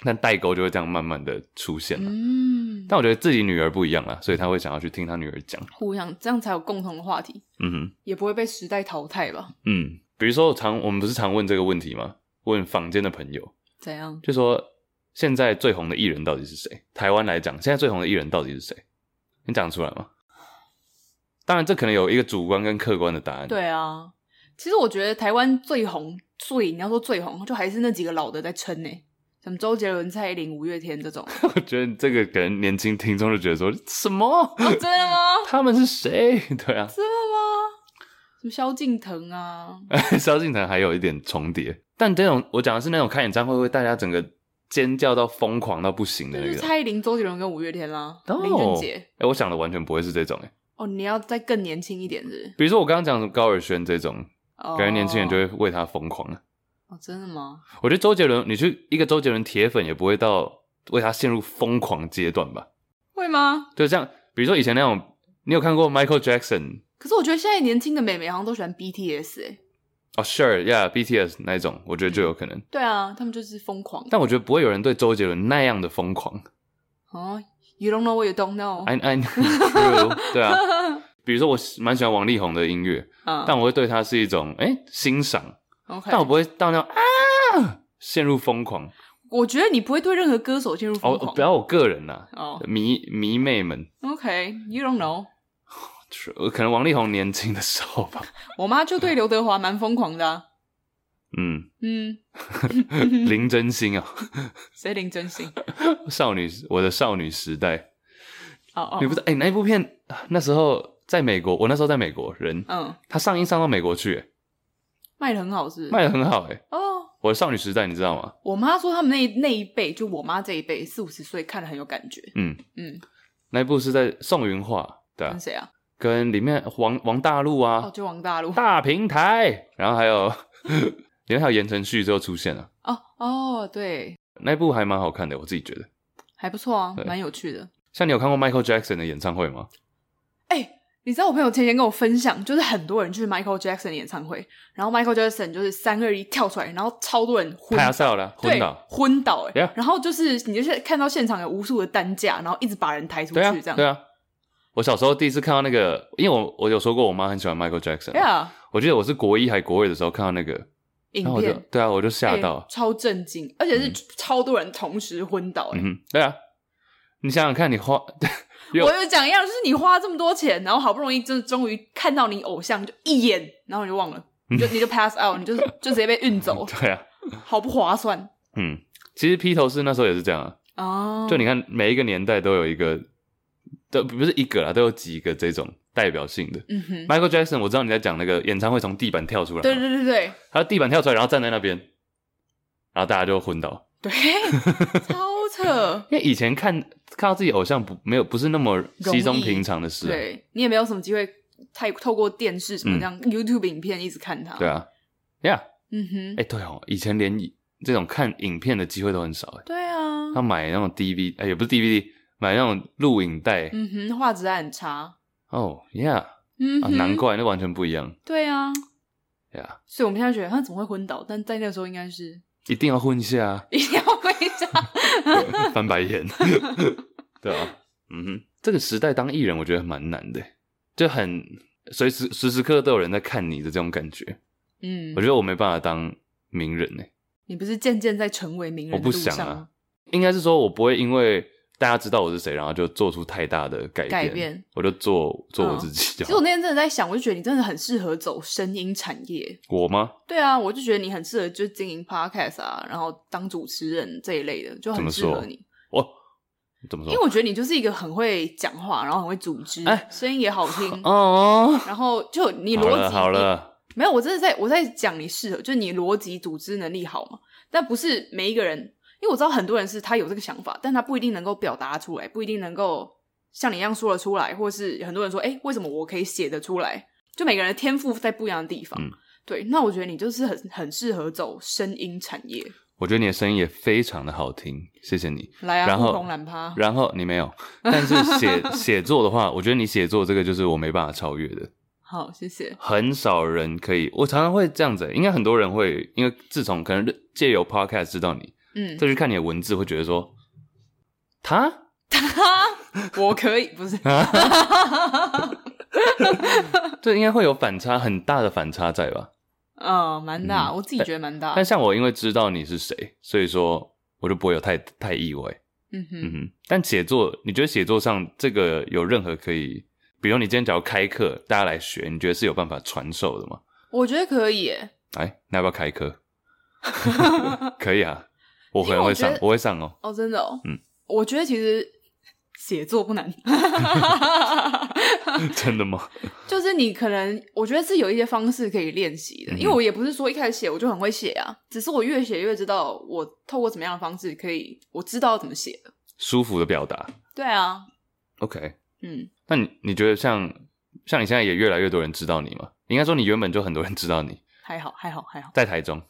但代沟就会这样慢慢的出现了。
嗯，
但我觉得自己女儿不一样啦，所以她会想要去听她女儿讲。
互相这样才有共同的话题，
嗯哼，
也不会被时代淘汰吧？
嗯，比如说常我们不是常问这个问题吗？问坊间的朋友，
怎样？
就说现在最红的艺人到底是谁？台湾来讲，现在最红的艺人到底是谁？你讲得出来吗？当然，这可能有一个主观跟客观的答案。，
对啊，其实我觉得台湾最红最你要说最红，就还是那几个老的在撑呢、什么周杰伦、蔡依林、五月天这 种。哦，
我觉得这个可能年轻听众就觉得说什 么？
真的吗？
他们是谁？对啊，
真的吗？什么萧敬腾啊？
萧敬腾还有一点重叠，但这种我讲的是那种看演唱会会大家整个尖叫到疯狂到不行的
就
那
是
个。
蔡依林、周杰伦跟五月天啦、
哦
林俊杰。
哎、我想的完全不会是这种哎、
哦，你要再更年轻一点是不是？
比如说我刚刚讲什么高尔宣这种，
哦，
感觉年轻人就会为他疯狂了。啊
哦，真的吗？
我觉得周杰伦，你去一个周杰伦铁粉也不会到为他陷入疯狂阶段吧？
会吗？
就像比如说以前那种，你有看过 Michael Jackson
可是我觉得现在年轻的美眉好像都喜欢 BTS 哎、
哦、Sure，Yeah，BTS 那一种，我觉得就有可能。
对啊，他们就是疯狂。
但我觉得不会有人对周杰伦那样的疯狂。
哦，You don't know what you don't know。
I I true，对 啊。比如说我蛮喜欢王力宏的音乐，
嗯，
但我会对他是一种哎、欣赏，
OK，
但我不会到那种啊陷入疯狂。
我觉得你不会对任何歌手进入疯
哦，
狂
不。要我个人啦、
哦
迷迷妹们，
，OK，You don't know。
呃可能王力宏年轻的时候吧，
我妈就对刘德华蛮疯狂的啊。
嗯，
嗯，
林真心啊，
谁林真心？
少女，我的少女时代，
哦哦
你，不知道哎、那一部片啊那时候在美国，我那时候在美国人，
嗯，
他上映上到美国去、哎
卖的很好是不是？
卖的很好哎、
哦，
我的少女时代你知道吗？
我妈说他们那一那一辈，就我妈这一辈四五十岁看的很有感觉。
嗯，
嗯，
那一部是在宋云画对、啊
跟，谁啊？
跟里面王王大陆啊，
哦，就王大陆。
大平台，然后还有 里面还有言承旭最后出现了，
哦哦，对，
那部还蛮好看的，我自己觉得。
还不错啊
对，
蛮有趣的。
像你有看过 Michael Jackson 的演唱会吗？
哎、你知道我朋友前几天跟我分享，就是很多人去 Michael Jackson 的演唱会，然后 Michael Jackson 就是三二一跳出来，然后超多人昏
他笑了，
对
昏倒。
昏倒哎、
Yeah
然后就是你就是看到现场有无数的担架，然后一直把人抬出去
对啊
这，样，
对啊，我小时候第一次看到那个，因为我我有说过我妈很喜欢 Michael Jackson，嘛、
，Yeah，
我记得我是国一还国二的时候看到那个，
影
然后我就
片
对啊，我就吓
哎
到，
超震惊，而且是超多人同时昏倒、哎
嗯哼，对啊，你想想看，你花 有
我有讲一样，就是你花这么多钱，然后好不容易真的终于看到你偶像，就一眼，然后你就忘了，你就你就 pass out，你就 就直接被运走，
嗯对啊，
好不划算
嗯，其实披头士那时候也是这样啊，
哦。
就你看每一个年代都有一个，都不是一个啦，都有几个这种代表性的。
嗯哼，
Michael Jackson，我知道你在讲那个演唱会从地板跳出来，
对对对对
他地板跳出来，然后站在那边，然后大家就昏倒。
对， 超 扯。
因为以前看看到自己偶像不没有不是那么稀松平常的事、啊，
对你也没有什么机会太透过电视什么
嗯
这样 YouTube 影片一直看他。
对啊，Yeah，
嗯哼
哎、，对哦，以前连这种看影片的机会都很少、欸，
对啊，
他买那种 DVD，哎、也不是 DVD，买那种录影带，
嗯哼，画质还很差。
哦、y e a h
嗯
啊，
哼，
难怪那完全不一样
对啊，
，Yeah，
所以我们现在觉得他啊怎么会昏倒，但在那个时候应该是，
一定要混一下啊
一定要回 家。
翻白眼， 对啊，嗯哼，这个时代当艺人我觉得蛮难的，欸就很随时时时刻刻都有人在看你的这种感觉，
嗯
我，觉得我没办法当名人欸呢，
你不是渐渐在成为名人
我
的
不
路
想
上
啊，应该是说我不会因为。大家知道我是谁，然后就做出太大的改变，
改变嗯
我就做做我自己
其
就
实
好。
我那天真的在想，我就觉得你真的很适合走声音产业。
我吗？
对啊，我就觉得你很适合就经营 podcast 啊，然后当主持人这一类的，就
怎么
很适
说
合你。
我哦怎么
因为
说？
我觉得你就是一个很会讲话，然后很会组织，
哎
声音也好听，
哦，
然后就你逻
好了
辑
好了，
没有，我真的在我在讲你适合，就是你逻辑组织能力好嘛，但不是每一个人，因为我知道很多人是他有这个想法，但他不一定能够表达出来，不一定能够像你一样说得出来，或是很多人说，哎、为什么我可以写得出来？就每个人的天赋在不一样的地方。
嗯
对，那我觉得你就是很很适合走声音产业，
我觉得你的声音也非常的好听，谢谢你。
来啊，
然后
呼朋揽趴，
然后你没 有，但是写写作的话，我觉得你写作这个就是我没办法超越的，
好，谢谢。
很少人可以。我常常会这样子、应该很多人会，因为自从可能借由 podcast 知道你，
嗯，
再去看你的文字，会觉得说他
我可以，不是，
这应该会有反差，很大的反差在吧？
嗯，蛮大，我自己觉得蛮大
但。像我因为知道你是谁，所以说我就不会有太太意外。
嗯
嗯
哼，
哼，但写作，你觉得写作上这个有任何可以，比如你今天只要开课，大家来学，你觉得是有办法传授的吗？
我觉得可以耶。
哎，那要不要开课？ 可以啊，我可能会上
因为我觉，得
我会上哦。
哦，真的哦。
嗯，
我觉得其实写作不难，
真的吗？
就是你可能我觉得是有一些方式可以练习的，
嗯哼
因为我也不是说一开始写我就很会写啊，只是我越写越知道我透过怎么样的方式可以，我知道怎么写了。
舒服的表达
对啊，
，OK。
嗯，
那你你觉得像像你现在也越来越多人知道你吗？应该说你原本就很多人知道你
还好，还好，还好，
在台中，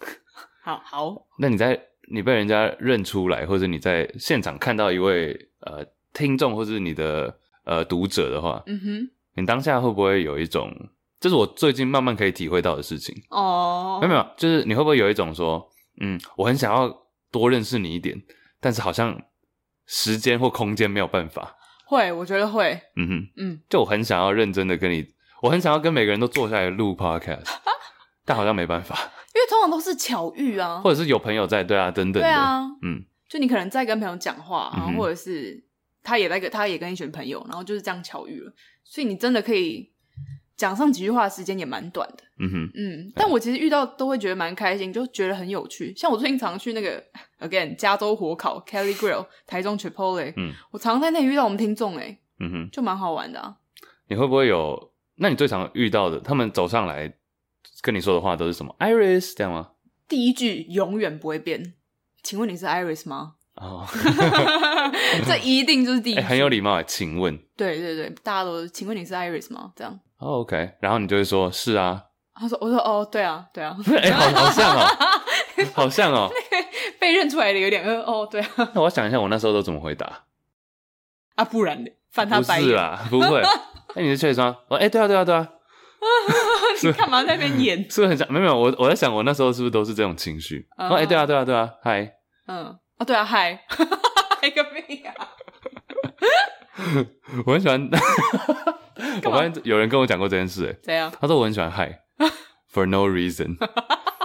好好，
那你在你被人家认出来，或者你在现场看到一位呃听众或者你的呃读者的话，
嗯哼，
你当下会不会有一种，这是我最近慢慢可以体会到的事情？
哦
没有，没有，就是你会不会有一种说，嗯，我很想要多认识你一点，但是好像时间或空间没有办法。
会，我觉得会，
嗯哼，
嗯，
就我很想要认真的跟你，我很想要跟每个人都坐下来录 podcast，但好像没办法，
因为通常都是巧遇啊，
或者是有朋友在，对啊，等等的。
对啊，
嗯，
就你可能在跟朋友讲话，然
嗯哼
后或者是他也在跟他也跟一群朋友，然后就是这样巧遇了，所以你真的可以讲上几句话的时间也蛮短的，
嗯哼，
嗯。但我其实遇到都会觉得蛮开心，就觉得很有趣。像我最近常去那个 again 加州火烤 Kelly Grill 台中 Chipotle，
嗯
我常在那里遇到我们听众，哎，
嗯哼，
就蛮好玩的啊。
你会不会有？那你最常遇到的，他们走上来跟你说的话都是什么？Iris 这样吗？
第一句永远不会变，请问你是 Iris 吗？
哦，
这一定就是第一句、
哎、很有礼貌哎，请问。
对对对，大家都请问你是 Iris 吗？这样。
哦、o k 然后你就会说是啊，
他说：“我说哦，对啊，对啊，
哎、好好像 哦，好像哦。
被认出来的有点呃，哦，对啊，
那我想一下，我那时候都怎么回答？
啊，不然呢？翻他
不
白
是啊
眼，
啦，不 会。那、你是确实说，哦，哎、对啊，对啊，对啊，
你干嘛在那边演？
是不是很像？没有没有，我我在想，我那时候是不是都是这种情绪？
啊
哦，哎、对啊，对啊，对啊，嗨，
哦嗯，啊，对啊，嗨，嗨个屁啊！
我很喜欢。 我发现有人跟我讲过这件事、欸，
怎样？
他说我很喜欢 嗨，for no reason。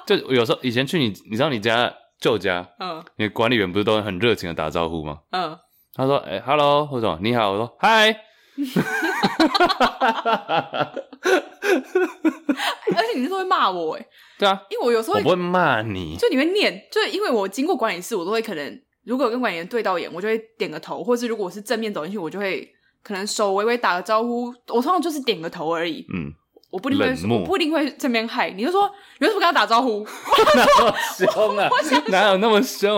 就 有时候以前去你，你知道你家旧家，
嗯
你的管理员不是都很热情的打招呼吗？
嗯，
他说：“哎、h e l l o 胡总，你好。”我说：“ 嗨。
而且你那时候会骂我哎，”
对啊，
因为我有时候
我
会
不会骂你。
就你会念，就是因为我经过管理室，我都会可能如果有跟管理员对到眼，我就会点个头，或是如果我是正面走进去，我就会可能手微微打个招呼，我通常就是点个头而已，
嗯，
我不一定会
冷漠
我不一定会正面嗨，你就说你为什么跟他打招呼？
哪有凶啊？ 哪有那么凶？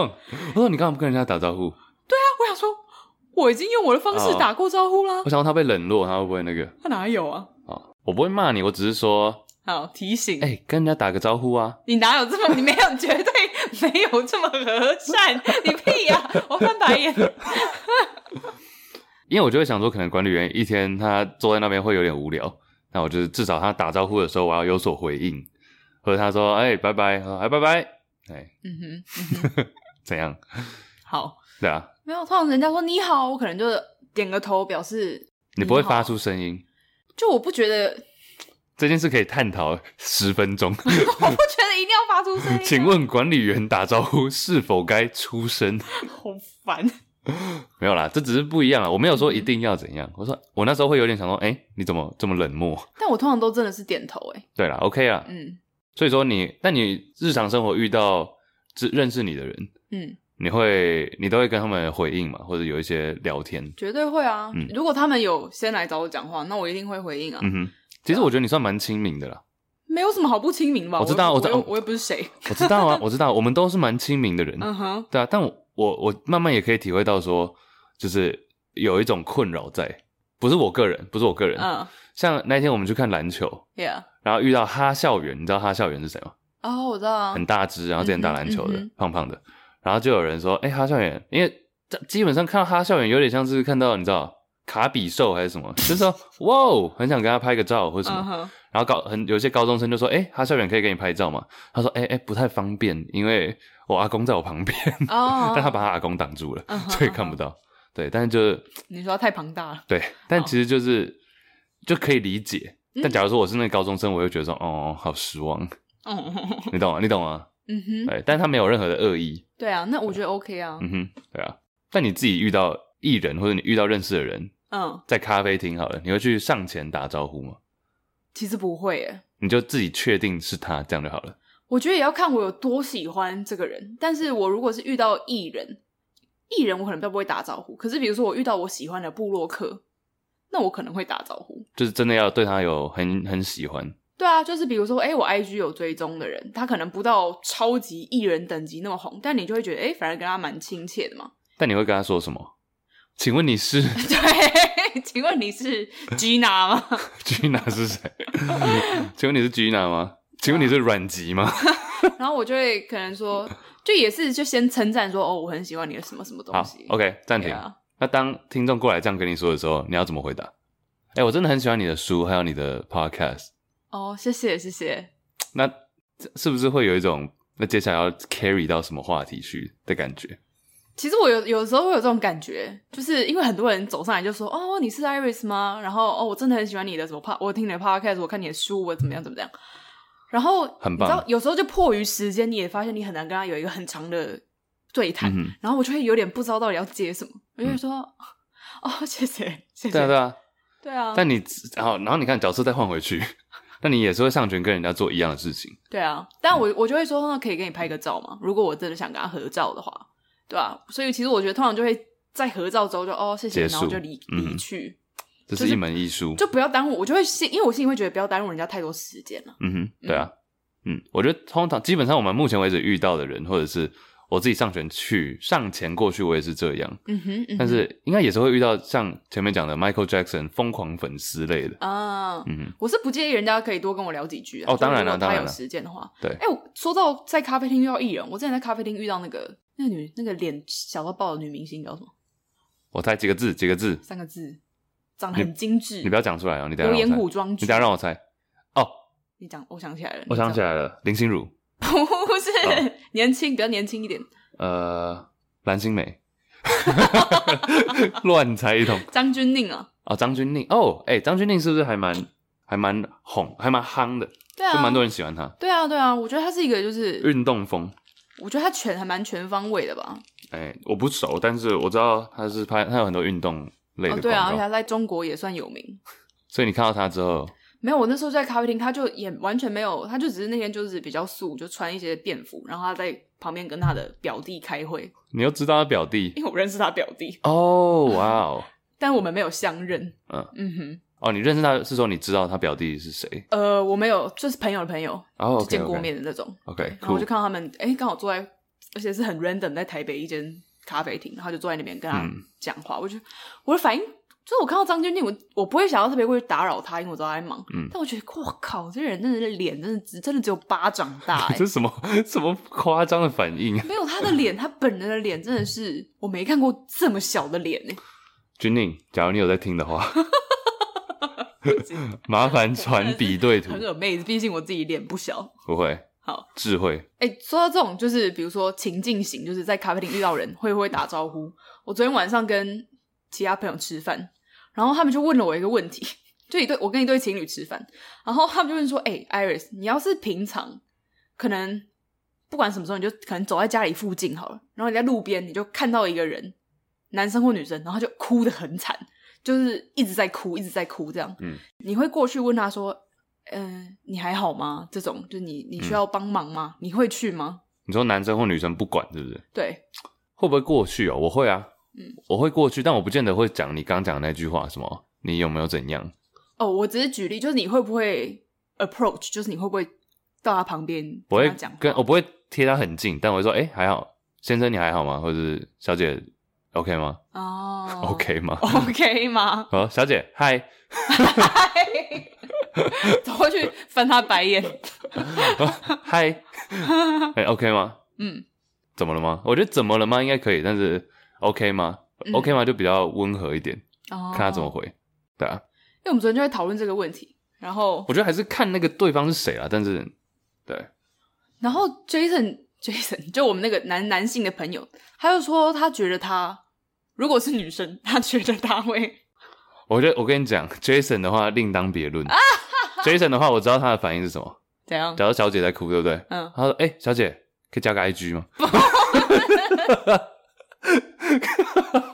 我说你干嘛不跟人家打招呼？
我想说我已经用我的方式
哦
打过招呼啦
我，想问他被冷落，他会不会那个？
他哪有啊？
哦，我不会骂你，我只是说，
好提醒，
哎、跟人家打个招呼啊。
你哪有这么你没有 绝对没有这么和善，你屁呀、我翻白眼。
因为我就会想说，可能管理员一天他坐在那边会有点无聊，那我就是至少他打招呼的时候，我要有所回应，或者他说，哎、拜拜，啊哎，拜拜，哎、
嗯哼，
怎样？
好，
对啊，
没有，通常人家说你好，我可能就点个头表示
你不会发出声音，
就我不觉得，
这件事可以探讨十分钟。
我不觉得一定要发出声音、啊
请，问管理员打招呼是否该出声？
好烦。
没有啦，这只是不一样了。我没有说一定要怎样。我说我那时候会有点想说，哎、你怎么这么冷漠？
但我通常都真的是点头、欸，哎，
对啦 o、k 啦。
嗯
所以说你，但你日常生活遇到知认识你的人，
嗯，
你会你都会跟他们回应嘛，或者有一些聊天。
绝对会啊。
嗯
如果他们有先来找我讲话，那我一定会回应啊。
嗯哼，其实我觉得你算蛮亲民的啦。
没有什么好不亲民吧？
我知道
我
我知道
又我又不是谁。
我知道啊，我知道，我们都是蛮亲民的人。
嗯哼，
对啊，但我我我慢慢也可以体会到说，就是有一种困扰在，不是我个人，不是我个人。
嗯
像那天我们去看篮球，
，Yeah。
然后遇到哈校园，你知道哈校园是谁吗？
哦，我知道啊
很。大只，然后之前打篮球的，
嗯哼嗯
胖胖的。然后就有人说，哎、哈校园，因为这基本上看到哈校园有点像是看到你知道卡比兽还是什么，就是说哇哦，很想跟他拍个照或什么。
嗯 哼，
然后高很有些高中生就说，哎、哈校园可以给你拍照吗？他说，哎、哎、不太方便，因为我阿公在我旁边。
哦，
但他把他阿公挡住了
嗯哼，
所以看不到。对，但是就是
你说他太庞大 了，
对，但其实就是就可以理解。但假如说我是那个高中生，我会觉得说，哦，好失望，
嗯
你懂吗？你懂吗？
嗯哼，
对，但他没有任何的恶意，
对啊，那我觉得 OK 啊，
嗯哼，对啊。但你自己遇到艺人或者你遇到认识的人，
嗯，
在咖啡厅好了，你会去上前打招呼吗？
其实不会耶，
你就自己确定是他，这样就好了。
我觉得也要看我有多喜欢这个人，但是我如果是遇到艺人，艺人我可能比较不会打招呼，可是比如说我遇到我喜欢的布洛克，那我可能会打招呼。
就是真的要对他有很很喜欢，
对啊，就是比如说，哎、我 IG 有追踪的人，他可能不到超级艺人等级那么红，但你就会觉得，哎、反而跟他蛮亲切的嘛。
但你会跟他说什么？请问你是
对，请问你是 Gina 吗？
Gina 是谁？请问你是 Gina 吗？请问你是阮籍吗？
然后我就会可能说，就也是就先称赞说，哦，我很喜欢你的什么什么
好
东西。
，OK，暂
啊对
停。
啊
那当听众过来这样跟你说的时候，你要怎么回答？哎、我真的很喜欢你的书，还有你的 podcast。
哦，谢谢谢谢。
那这是不是会有一种那接下来要 carry 到什么话题去的感觉？
其实我有有时候会有这种感觉，就是因为很多人走上来就说，哦，你是 Iris 吗？然后哦，我真的很喜欢你的什么 p 我听你的 podcast，我看你的书，我怎么样怎么样。然后
很
你知道
棒，
有时候就迫于时间，你也发现你很难跟他有一个很长的对谈，
嗯哼嗯
然后我就会有点不知道到底要接什么，我就会说，哦，谢谢谢谢，
对啊，对啊。
对啊，
但你然后然后你看角色再换回去， 那你也是会上群跟人家做一样的事情。
对啊，但我我就会说，那可以给你拍个照嘛？如果我真的想跟他合照的话，对吧、所以其实我觉得通常就会在合照之后就哦谢谢，
结束
然后就离
嗯
离去，
这
就是是
一门艺术，
就不要耽误。我就会心，因为我心里会觉得不要耽误人家太多时间了。
嗯哼，对啊，嗯，我觉得通常基本上我们目前为止遇到的人，或者是我自己上前去上前过去，我也是这样，
嗯哼，嗯哼
但是应该也是会遇到像前面讲的 Michael Jackson 疯狂粉丝类的，
啊，
嗯
我是不介意人家可以多跟我聊几句啊。
哦当然了
就是如果
当然
他有
了
时间的话，
对
哎、我说到在咖啡厅遇到艺人，我之前在咖啡厅遇到那个那个女那个脸小到爆的女明星叫什么？
我猜几个字，几个字，
三个字，长得很精致，
你不要讲出来哦，你等
有
一下
演
让
古
我猜，
装
你
剧。
等一下让我猜，哦，
你讲，我想起来了，
我
你讲
想起来了，林心如，
不是、
哦
年轻，比较年轻一点。
呃，蓝心湄， 乱猜一通
张钧甯啊，
啊！张钧甯哦，哎、张钧甯是不是还蛮还蛮红，还蛮夯的？
对啊，
就蛮多人喜欢他，
对啊，对啊，我觉得他是一个，就是
运动风。
我觉得他全还蛮全方位的吧。
哎、我不熟，但是我知道他是拍，他有很多运动类的
哦，
广
对啊，而且
告，
他在中国也算有名。
所以你看到他之后，
没有，我那时候在咖啡厅，他就也完全没有，他就只是那天就是比较素，就穿一些便服，然后他在旁边跟他的表弟开会，
你又知道他表弟
因为我认识他表弟，
哦，哇哦，
但我们没有相认。
嗯
嗯哼，
哦，你认识他是说你知道他表弟是谁？
呃，我没有，就是朋友的朋友，
哦、
就
o k
见过面的那种。
，OK，
然后我就
cool，
看到他们，哎、刚好坐在，而且是很 random，在台北一间咖啡厅，然后就坐在那边跟他
嗯
讲话。我就我的反应就是，我看到张钧甯，我我不会想要特别会去打扰他，因为我知道他在忙。
嗯
但我觉得，我靠，这人真的是脸真的只真的只有巴掌大、哎
这什么什么夸张的反应？啊
没有他的脸，他本人的脸真的是我没看过这么小的脸欸呢、
君宁，假如你有在听的话，
真
麻烦传比对图
很，amazed，毕竟我自己脸不小。
不会，
好，
智慧，
哎、说到这种，就是比如说情境型，就是在咖啡厅遇到人会不会打招呼？我昨天晚上跟其他朋友吃饭，然后他们就问了我一个问题，就一对我跟一对情侣吃饭，然后他们就问说：“哎、i r i s 你要是平常可能不管什么时候，你就可能走在家里附近好了，然后你在路边你就看到一个人，男生或女生，然后他就哭的很惨，就是一直在哭，一直在哭这样，
嗯，
你会过去问他说：‘嗯、你还好吗？’这种，就你
嗯
你需要帮忙吗？你会去吗？”
你说男生或女生不管是不是？
对，
会不会过去哦？我会啊，
嗯
我会过去，但我不见得会讲你刚讲的那句话，什么你有没有怎样？
哦，我只是举例，就是你会不会 approach，就是你会不会到他旁边
不会
跟他讲话
跟我不会贴他很近，但我会说，哎、还好，先生你还好吗？或者是小姐，OK 吗、
哦
o k 吗？
OK 吗？
好，小姐，嗨，
走过去翻他白眼，
嗨，哎，OK 吗？
嗯，
怎么了吗？我觉得怎么了吗？应该可以，但是 OK 吗、
嗯
o k 吗？就比较温和一点，
哦，
看他怎么。回。对啊，
因为我们昨天就在讨论这个问题，然后
我觉得还是看那个对方是谁啊。但是，对，
然后 Jason Jason 就我们那个男男性的朋友，他就说他觉得他如果是女生，他觉得他会
我觉得我跟你讲，Jason 的话另当别 论。Jason 的话，我知道他的反应是什么。
怎样？
假如小姐在哭，对不对？
嗯，
他说：“哎、小姐，可以加个 IG 吗？”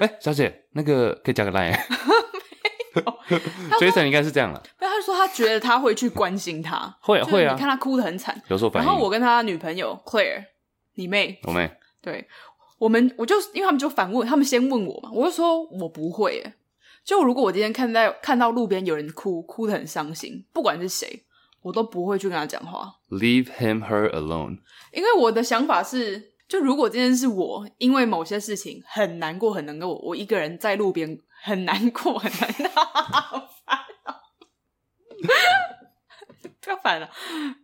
哎、小姐，那个可以加个 line。Jason 应该是这样了，
但他就说他觉得他会去关心他，
会啊
就是
会啊
你看他哭的很惨，
有所反
然
应。
后我跟他女朋友 Claire，你妹，
我妹，
对我们，我就因为他们就反问，他们先问我嘛，我就说我不会耶。就如果我今天看到看到路边有人哭，哭得很伤心，不管是谁，我都不会去跟他讲话，
Leave him her alone。
因为我的想法是，就如果今天是我因为某些事情很难过，很难过，我一个人在路边很难过，很难 过，好烦哦不要烦了，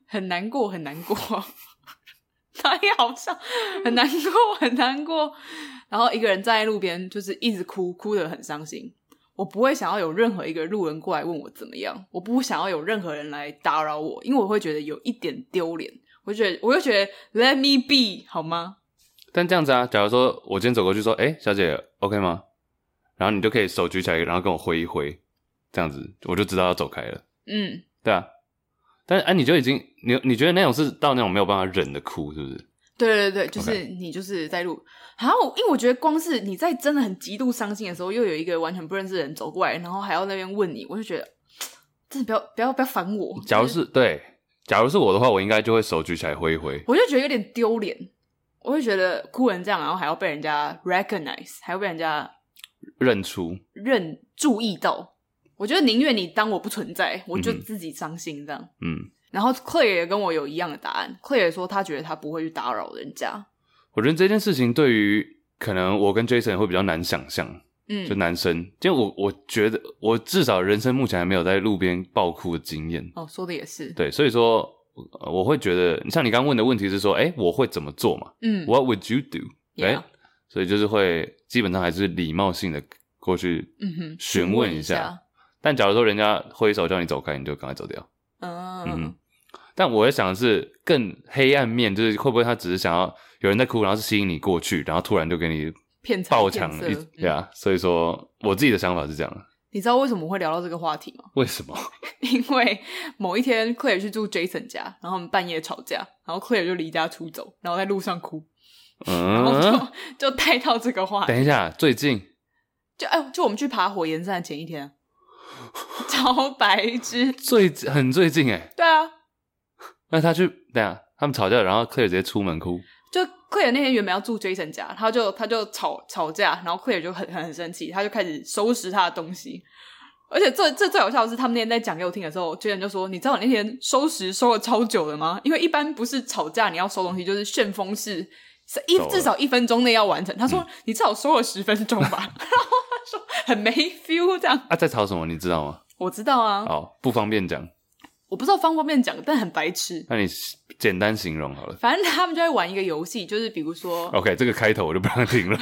很难过，很难过，哪里好笑？很难过，很难过。然后一个人站在路边，就是一直哭，哭得很伤心。我不会想要有任何一个路人过来问我怎么样，我不想要有任何人来打扰我，因为我会觉得有一点丢脸。我觉得，我就觉得 let me be 好吗？
但这样子啊，假如说我今天走过去说：“哎、小姐，OK 吗？”然后你就可以手举起来，然后跟我挥一挥，这样子我就知道要走开了。
嗯，
对啊，但哎、你就已经你你觉得那种是到那种没有办法忍的哭，是不是？
对对对，就是
OK
你就是在路，然后因为我觉得光是你在真的很极度伤心的时候，又有一个完全不认识的人走过来，然后还要那边问你，我就觉得真的不要不要不要烦我。
假如
就是
对，假如是我的话，我应该就会手举起来挥一挥。
我就觉得有点丢脸，我就觉得哭成这样，然后还要被人家 recognize，还要被人家
认出。
认注意到。我觉得宁愿你当我不存在，我就
嗯哼
自己伤心这样。
嗯，
然后 Claire 也跟我有一样的答案，Claire 说她觉得她不会去打扰人家。
我觉得这件事情对于可能我跟 Jason 会比较难想象，
嗯
就，男生，因为我我觉得我至少人生目前还没有在路边爆哭的经验。
哦，说的也是。
对，所以说呃我会觉得，像你刚问的问题是说，哎、我会怎么做嘛
嗯，
？What would you do？哎
Yeah
所以就是会基本上还是礼貌性的过去
嗯哼，
询问一下。但假如说人家挥手叫你走开，你就赶快走掉。
嗯，
嗯，但我在想的是更黑暗面，就是会不会他只是想要有人在哭，然后是吸引你过去，然后突然就给你
骗财
爆
骗
抢
色
一
嗯
呀。所以说我自己的想法是这样，
你知道为什么会聊到这个话题吗？
为什么？
因为某一天 Claire 去住 Jason 家，然后我们半夜吵架，然后 Claire 就离家出走，然后在路上哭，然后就、
嗯，
就带到这个话题，
等一下，最近
就哎，就我们去爬火焰山的前一天啊、 超白痴，
最很最近哎、
对啊，
那他去等一下他们吵架，然后 Claire 直接出门哭，
就 Claire 那天原本要住 Jason 家，他就他就吵吵架，然后 Claire 就很很很生气，他就开始收拾他的东西。而且最最最好笑的是，他们那天在讲给我听的时候，Jason 就说：“你知道你那天收拾收了超久的吗？因为一般不是吵架你要收东西，就是旋风式，是一
收了嗯
至少一分钟内要完成。”他说：“你至少收了十分钟吧。” 然后他说：“很没 feel 这样。
啊，在吵什么你知道吗？”
我知道啊，
哦，不方便讲，
我不知道方不方便讲，但很白痴。
那你简单形容好了。
反正他们就在玩一个游戏，就是比如说，
OK，这个开头我就不让听了，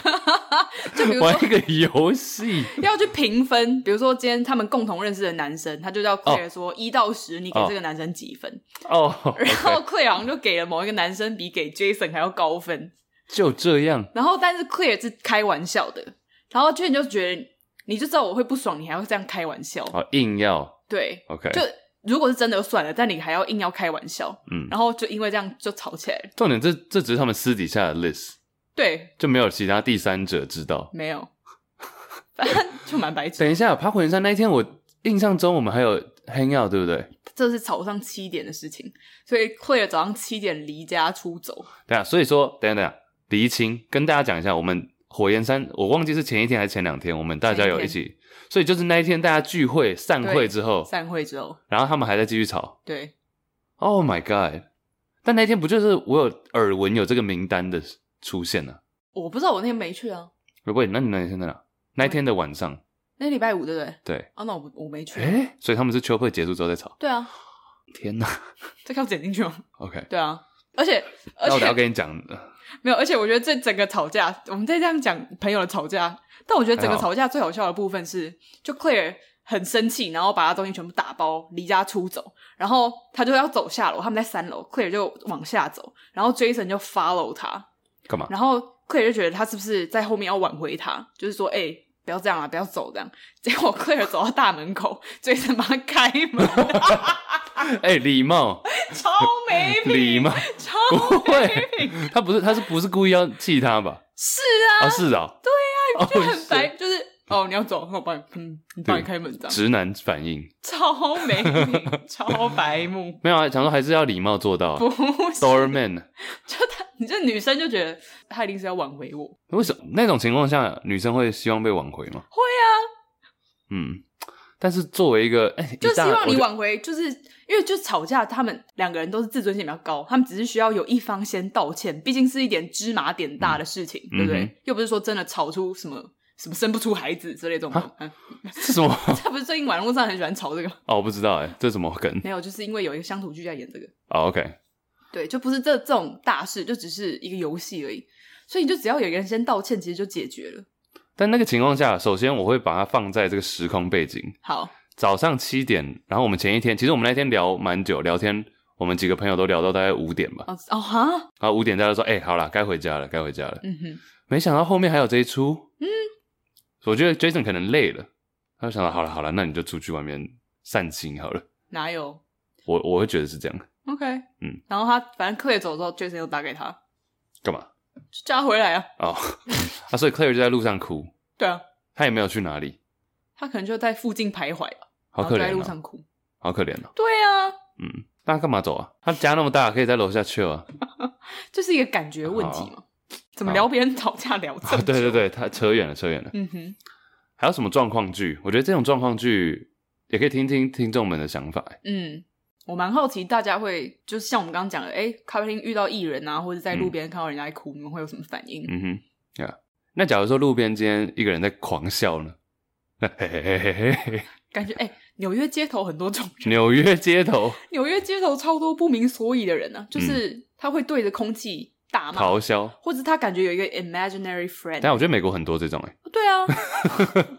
就比如说
玩一个游戏。
要去评分，比如说今天他们共同认识的男生，他就叫 Claire 说一到十，你给这个男生几分？
哦、
然后 Claire 好像就给了某一个男生比给 Jason 还要高分。
就这样，
然后但是 Claire 是开玩笑的，然后 Jason 就觉得你就知道我会不爽，你还要这样开玩笑，
好硬要
对，
OK，
就如果是真的就算了，但你还要硬要开玩笑，
嗯，
然后就因为这样就吵起来了。
重点这这只是他们私底下的 list，
对，
就没有其他第三者知道。
没有， 反正就蛮白痴。
等一下，爬火焰山那一天，我印象中我们还有 hang out，对不对？
这是早上七点的事情，所以 Claire 早上七点离家出走。
对啊，所以说，等一下等一下，厘清跟大家讲一下，我们火焰山，我忘记是前一天还是前两天，我们大家有一起，所以就是那一天大家聚会散会之后，
散会之后，
然后他们还在继续吵。
对，
Oh my god！但那天不就是我有耳闻有这个名单的出现呢、啊？
我不知道我那天没去啊，
喂，那你那天在哪？那一天的晚上，
那礼拜五对不对？
对，
啊，那我不我没去啊、
诶、所以他们是秋会结束之后再吵。
对啊，
天哪
这个要剪进去吗？
，OK，
对啊，而且而
那我等一下
且
跟你讲，呃
没有，而且我觉得这整个吵架，我们再这样讲朋友的吵架，但我觉得整个
还好
吵架最好笑的部分是，就 Claire 很生气，然后把他东西全部打包离家出走，然后他就要走下楼，他们在三楼，Claire 就往下走，然后 Jason 就 follow 他，
干嘛？
然后 Claire 就觉得他是不是在后面要挽回他，就是说，哎、不要这样啊，不要走这样。结果 Claire 走到大门口，追着把他开门，
哎、礼貌，
超没
礼
品，
貌，
超
不会，他不是，他是不是故意要气他吧？
是
啊，是啊，对啊，
就很白，就是哦，你要走，那我帮你，嗯，你帮你开门这样，
直男反应
超没品，超白目，
没有啊，想说还是要礼貌做到啊。
不是，
Doorman，
就他，你这女生就觉得他一定是要挽回我，
为什么那种情况下女生会希望被挽回吗？
会啊，
嗯，但是作为一个，哎、
就
一
希
大
望
我
你
觉
挽回，就是因为就吵架，他们两个人都是自尊心比较高，他们只是需要有一方先道歉，毕竟是一点芝麻点大的事情，对不对？
嗯哼
又不是说真的吵出什么什么生不出孩子之类这种
哈。
嗯，
是什么？
他不是最近网络上很喜欢吵这个吗，
哦，我不知道哎、这什么梗？
没有，就是因为有一个乡土剧在演这个，
哦，OK，
对，就不是这这种大事，就只是一个游戏而已。所以你就只要有一个人先道歉，其实就解决了。
但那个情况下，首先我会把它放在这个时空背景，
好，
早上七点，然后我们前一天，其实我们那天聊蛮久，聊天我们几个朋友都聊到大概五点吧，
哦哦哈，
然后五点大家都说，哎、好啦，该回家了，该回家了。
嗯哼，
没想到后面还有这一出。嗯，我觉得 Jason 可能累了，他就想到好了好了，那你就出去外面散心好了。
哪有
我我会觉得是这样，
？OK，
嗯，
然后他反正克也走之后，Jason 又打给他，
干嘛？
就叫他回来啊。
哦，啊，所以 Claire 就在路上哭，
对啊，
他也没有去哪里，
他可能就在附近徘徊吧，
好可
然后就在
怜
路
哦，
上哭。
好可怜哦。
对啊，
嗯，那他干嘛走啊？他家那么大，可以在楼下 chill 啊。
就是一个感觉问题嘛。怎么聊别人吵架聊 这
啊
么久
对对，对，他扯远了，扯远了。
嗯哼，
还有什么状况剧？我觉得这种状况剧也可以听听听众们的想法。欸
嗯，我蛮好奇大家会就是像我们刚刚讲的，哎，咖啡厅遇到艺人啊，或者在路边看到人家在哭，你们会有什么反应？
嗯哼，呀、那假如说路边今天一个人在狂笑呢？ 嘿嘿嘿嘿嘿嘿。
感觉哎，纽约街头很多种人，
纽约街头
纽约街头超多不明所以的人呢、啊，
嗯
就是他会对着空气大骂，
咆哮，
或者他感觉有一个 imaginary friend，
但我觉得美国很多这种哎、欸
对啊，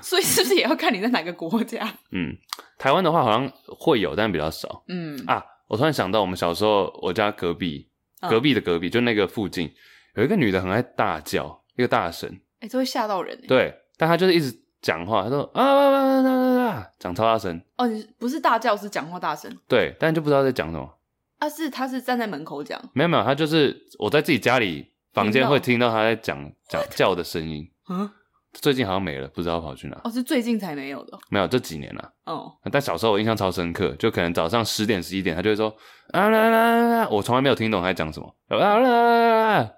所以是不是也要看你在哪个国家？
嗯，台湾的话好像会有，但比较少
嗯
啊。我突然想到，我们小时候我家隔壁
嗯
隔壁的隔壁，就那个附近有一个女的很爱大叫，一个大神，
哎、这会吓到人、欸。
对，但她就是一直讲话，她说啊啊啊啊啊啊，讲超大声，
哦，你不是大叫，是讲话大声，
对，但就不知道在讲什么。
啊，是他是站在门口讲，
没有没有，她就是我在自己家里房
听
间
到
会听到她在讲讲叫的声音，
嗯，
最近好像没了，不知道跑去哪。
哦，是最近才没有的，
没有这几年了、
哦，
但小时候我印象超深刻，就可能早上十点十一点，他就会说啊啦啦啦啦，我从来没有听懂他在讲什么啊啦啦啦啦，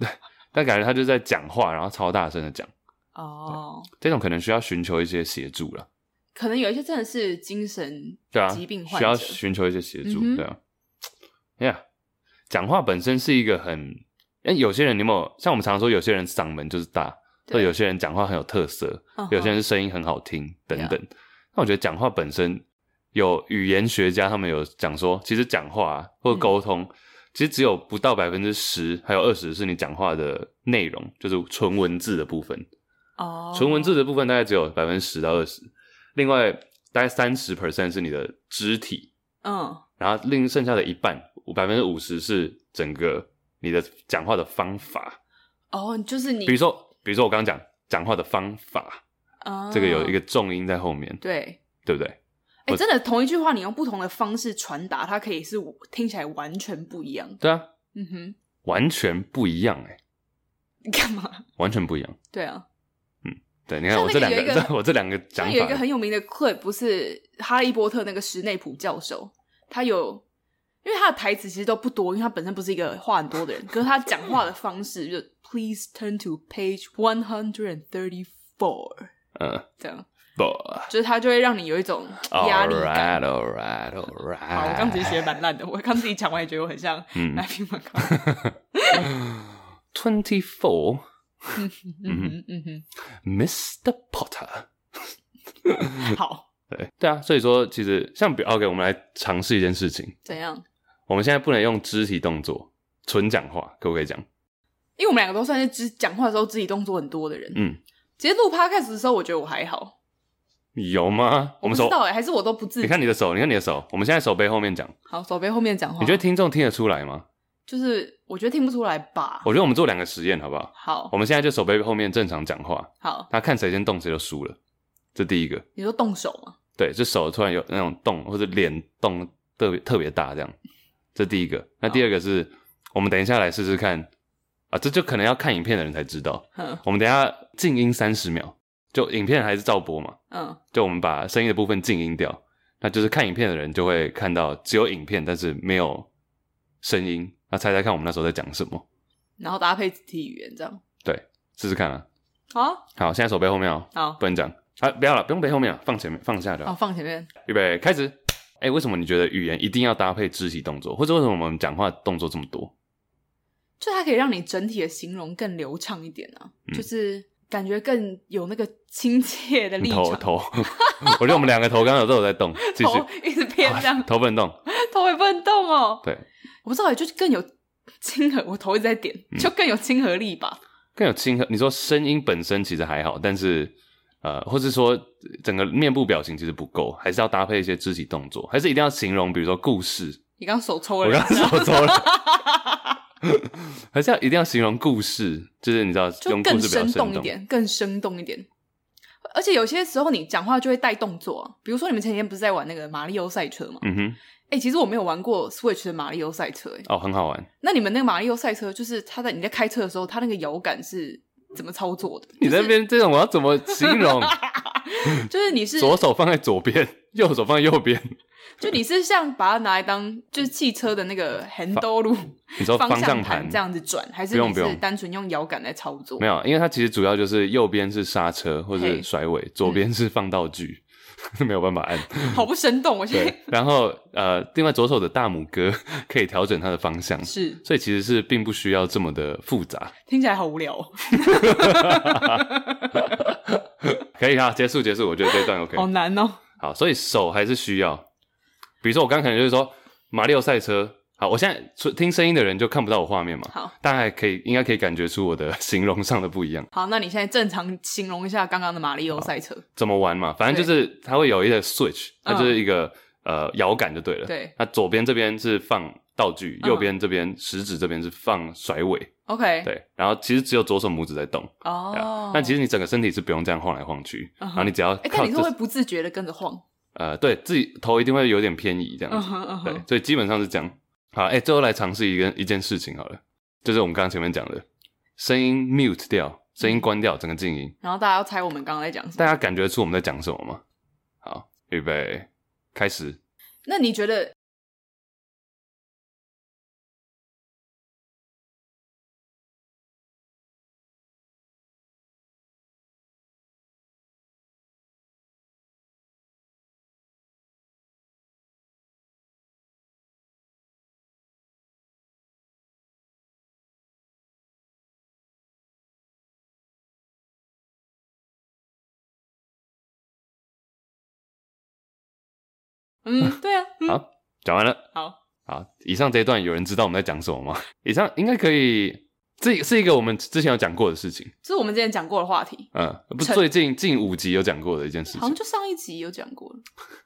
对，但感觉他就在讲话，然后超大声的讲，
哦，
这种可能需要寻求一些协助了，
可能有一些真的是精神
对啊，
疾病患
需要
者，
寻求一些协助，
嗯哼
对啊，Yeah，讲话本身是一个很，哎，有些人你有没有像我们常说，有些人嗓门就是大，或者有些人讲话很有特色，
嗯哼
有些人是声音很好听等等。那我觉得讲话本身有语言学家他们有讲说，其实讲话、啊、
嗯
或者沟通，其实只有不到百分之十，还有二十是你讲话的内容，就是纯文字的部分。
哦，
纯文字的部分大概只有百分之十到二十，另外大概三十 percent 是你的肢体，
嗯，
然后另剩下的一半百分之五十是整个你的讲话的方法，
哦，就是你
比如说，比如说我刚刚讲讲话的方法，
啊
这个有一个重音在后面，
对。
对不对？
哎、
我
真的，同一句话你用不同的方式传达，它可以是听起来完全不一样。
对啊，
嗯哼，
完全不一样哎、
你干嘛？
完全不一样。
对啊，
对，你看
像
我
那
这
个
两
有一
个，
个
我这两个讲
像
法，
有一个很有名的 clip，不是《哈利波特》那个史内普教授，他有，因为他的台词其实都不多，因为他本身不是一个话很多的人，可是他讲话的方式就是 Please turn to page one hundred and thirty four，
嗯，
这样，
不
就是他就会让你有一种压
，all
力感。
right, all right, all
好，我
right。
刚自己写的蛮烂的，我刚自己讲完也觉得我很像
嗯
奶瓶广告。
twenty four,
嗯哼嗯
Mr. Potter。
嗯哼，好，
对对啊，所以说其实像比 OK，我们来尝试一件事情，
怎样？
我们现在不能用肢体动作，纯讲话，可不可以讲？
因为我们两个都算是只讲话的时候肢体动作很多的人。
嗯，
其实录 podcast 的时候，我觉得我还好，
嗯有吗？我
不
们
知
手，
道哎、还是我都不自
你
觉。
看你的手，你看你的手，我们现在手背后面讲，
好，手背后面讲话，
你觉得听众听得出来吗？
就是我觉得听不出来吧？
我觉得我们做两个实验好不好？
好
我们现在就手背后面正常讲话，
好，
那看谁先动谁就输了，这第一个。
你说动手嘛？
对，就手突然有那种动，或者脸动特别特别大这样，这第一个。那第二个是，我们等一下来试试看啊，这就可能要看影片的人才知道。
嗯
我们等一下静音三十秒，就影片还是照播嘛，
嗯，
就我们把声音的部分静音掉，那就是看影片的人就会看到只有影片，但是没有声音。那猜猜看我们那时候在讲什么？
然后搭配肢体语言这样。
试试看啊。
好啊
好，现在手背后面哦，
好，
不能讲啊，不要了，不用背后面了，放前面放下就好
好。放前面。
预备，开始。哎、为什么你觉得语言一定要搭配肢体动作，或者为什么我们讲话动作这么多？
就它可以让你整体的形容更流畅一点啊，
嗯
就是感觉更有那个亲切的立场，
头 头，我觉得我们两个头刚刚都有在动，继续
头一直偏这样，
头不能动。
头也不能动哦。
对，
我不知道欸，就是更有亲和，我头一直在点，
嗯
就更有亲和力吧。
更有亲和。你说声音本身其实还好，但是呃，或是说整个面部表情其实不够，还是要搭配一些肢体动作，还是一定要形容，比如说故事。
你刚手抽
我
了
刚
两
刚
下，
手抽了， 还是要一定要形容故事，就是你知道
就
用故
更
事比较
生
生
动一点，更生动一点。而且有些时候你讲话就会带动作、啊，比如说你们前几天不是在玩那个马里奥赛车吗？
嗯哼，
哎、其实我没有玩过 Switch 的马里奥赛车、欸，
哦，很好玩。
那你们那个马里奥赛车，就是它在你在开车的时候，它那个摇杆是怎么操作的？
你在那边这种我要怎么形 容？
就是你是
左手放在左边，右手放在右边。
就你是像把它拿来当就是汽车的那个 handle 路
你说方
向
向
盘
盘
这样子转，还是
不用
你
不
是
用
单纯用摇杆来操作
没？有，因为它其实主要就是右边是刹车或
嘿
是
嗯
甩尾，左边是放道具， 没有办法按。
好不生动，我现
对
在，
然后呃，另外左手的大拇哥 可以调整它的方向，
是
所以其实是并不需要这么的复杂。
听起来好无聊、哦，
可以啊，结束结束，我觉得这段 OK。
好难哦。
好，所以手还是需要。比如说我刚可能就是说马里奥赛车，好，我现在除听声音的人就看不到我画面嘛，
好
大家还可以应该可以感觉出我的 形容上的不一样。
好，那你现在正常形容一下刚刚的马里奥赛车，
怎么玩嘛，反正就是它会有一个 switch，它就是一个、呃摇杆就对了。
对
那左边这边是放道具，
嗯
右边这边、食指这边是放甩尾，
OK，
对，然后其实只有左手拇指在动。对
哦
啊，，但其实你整个身体是不用这样晃来晃去，
嗯
然
哼
后你只要
哎，
靠
但你是
这
会不自觉的跟着晃，
呃，对自己头一定会有点偏移这样
嗯
子，
哼嗯
对
哼，，
所以基本上是这样。好，哎，最后来尝试一个一件事情好了，就是我们刚刚前面讲的，声音 mute 掉，声音关掉，整个静音，
然后大家要猜我们刚刚在讲什么？
大家感觉出我们在讲什么吗？好，预备，开始。
那你觉得嗯，对啊，嗯，
好讲完了。
好，
好，以上这一段有人知道我们在讲什么吗？ 以上应该可以，这是一个我们之前有讲过的事情，
这是我们之前讲过的话题，
嗯，不，
成
最近近五集有讲过的一件事
好像
情，
就上一集有讲过了。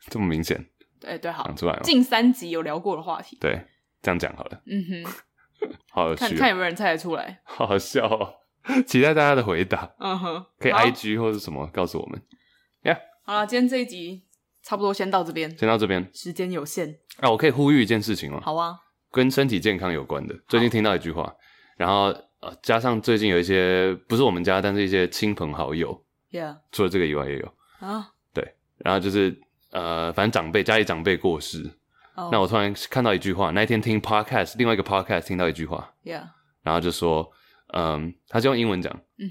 这么明显
对对，好
讲，出来吗？
近三集有聊过的话题，
对，这样讲好了，
嗯哼，
好有
看
趣
看
哦，
有没有人猜得出来，
好好笑哦，期待大家的回答，
嗯哼，
可以
好
IG 或是什么告诉我们。
好了，今天这一集差不多先到这边，
先到这边
时间有限，
啊，我可以呼吁一件事情吗？
好啊，
跟身体健康有关的。最近听到一句话，然后呃，加上最近有一些不是我们家，但是一些亲朋好友，
，Yeah
除了这个以外也有。
啊，
然后就是呃，反正长辈家里长辈过世，
哦
那我突然看到一句话，那一天听 podcast 另外一个 podcast 听到一句话，
，Yeah，
然后就说，嗯，他就用英文讲
嗯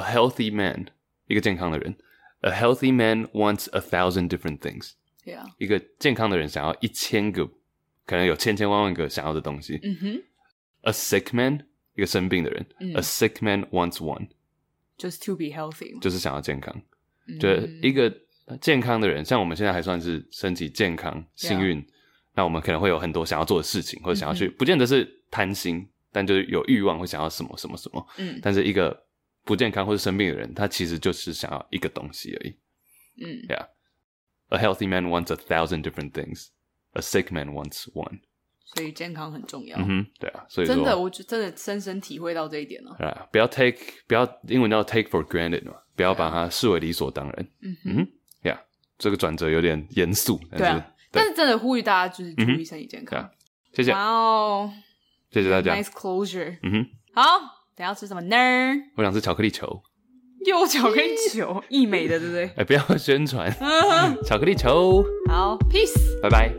，a healthy man，一个健康的人，a healthy man wants a thousand different things，
，Yeah，
一个健康的人想要一千个，可能有千千万万个想要的东西
嗯哼，
，a sick man，一个生病的人、
嗯
a sick man wants one，
，Just to be healthy，
就是想要健康。
嗯
就是一个健康的人，像我们现在还算是身体健康、
啊
幸运，那我们可能会有很多想要做的事情，或者
嗯
想要去，不见得是贪心，但就是有欲望，会想要什么什么什么。
嗯
但是一个不健康或者生病的人，他其实就是想要一个东西而已。
嗯
A healthy man wants a thousand different things. A sick man wants one.
所以健康很重要，
嗯哼，对啊，所以说
真的，我就真的深深体会到这一点了，
对啊，不要 take，不要英文叫 take for granted 嘛，不要把它视为理所当然。
嗯
嗯哼，Yeah，这个转折有点严肃，但是
对啊，但是真的呼吁大家就是注意身体健
嗯
康，
谢谢，
哇哦
谢谢大家。
，Nice closure，
嗯哼，
好。等一下吃什么呢？
我想吃巧克力球，
又 巧克力球，益美的，对不对
哎、？不要宣传
嗯，
巧克力球，
好，peace。
拜拜。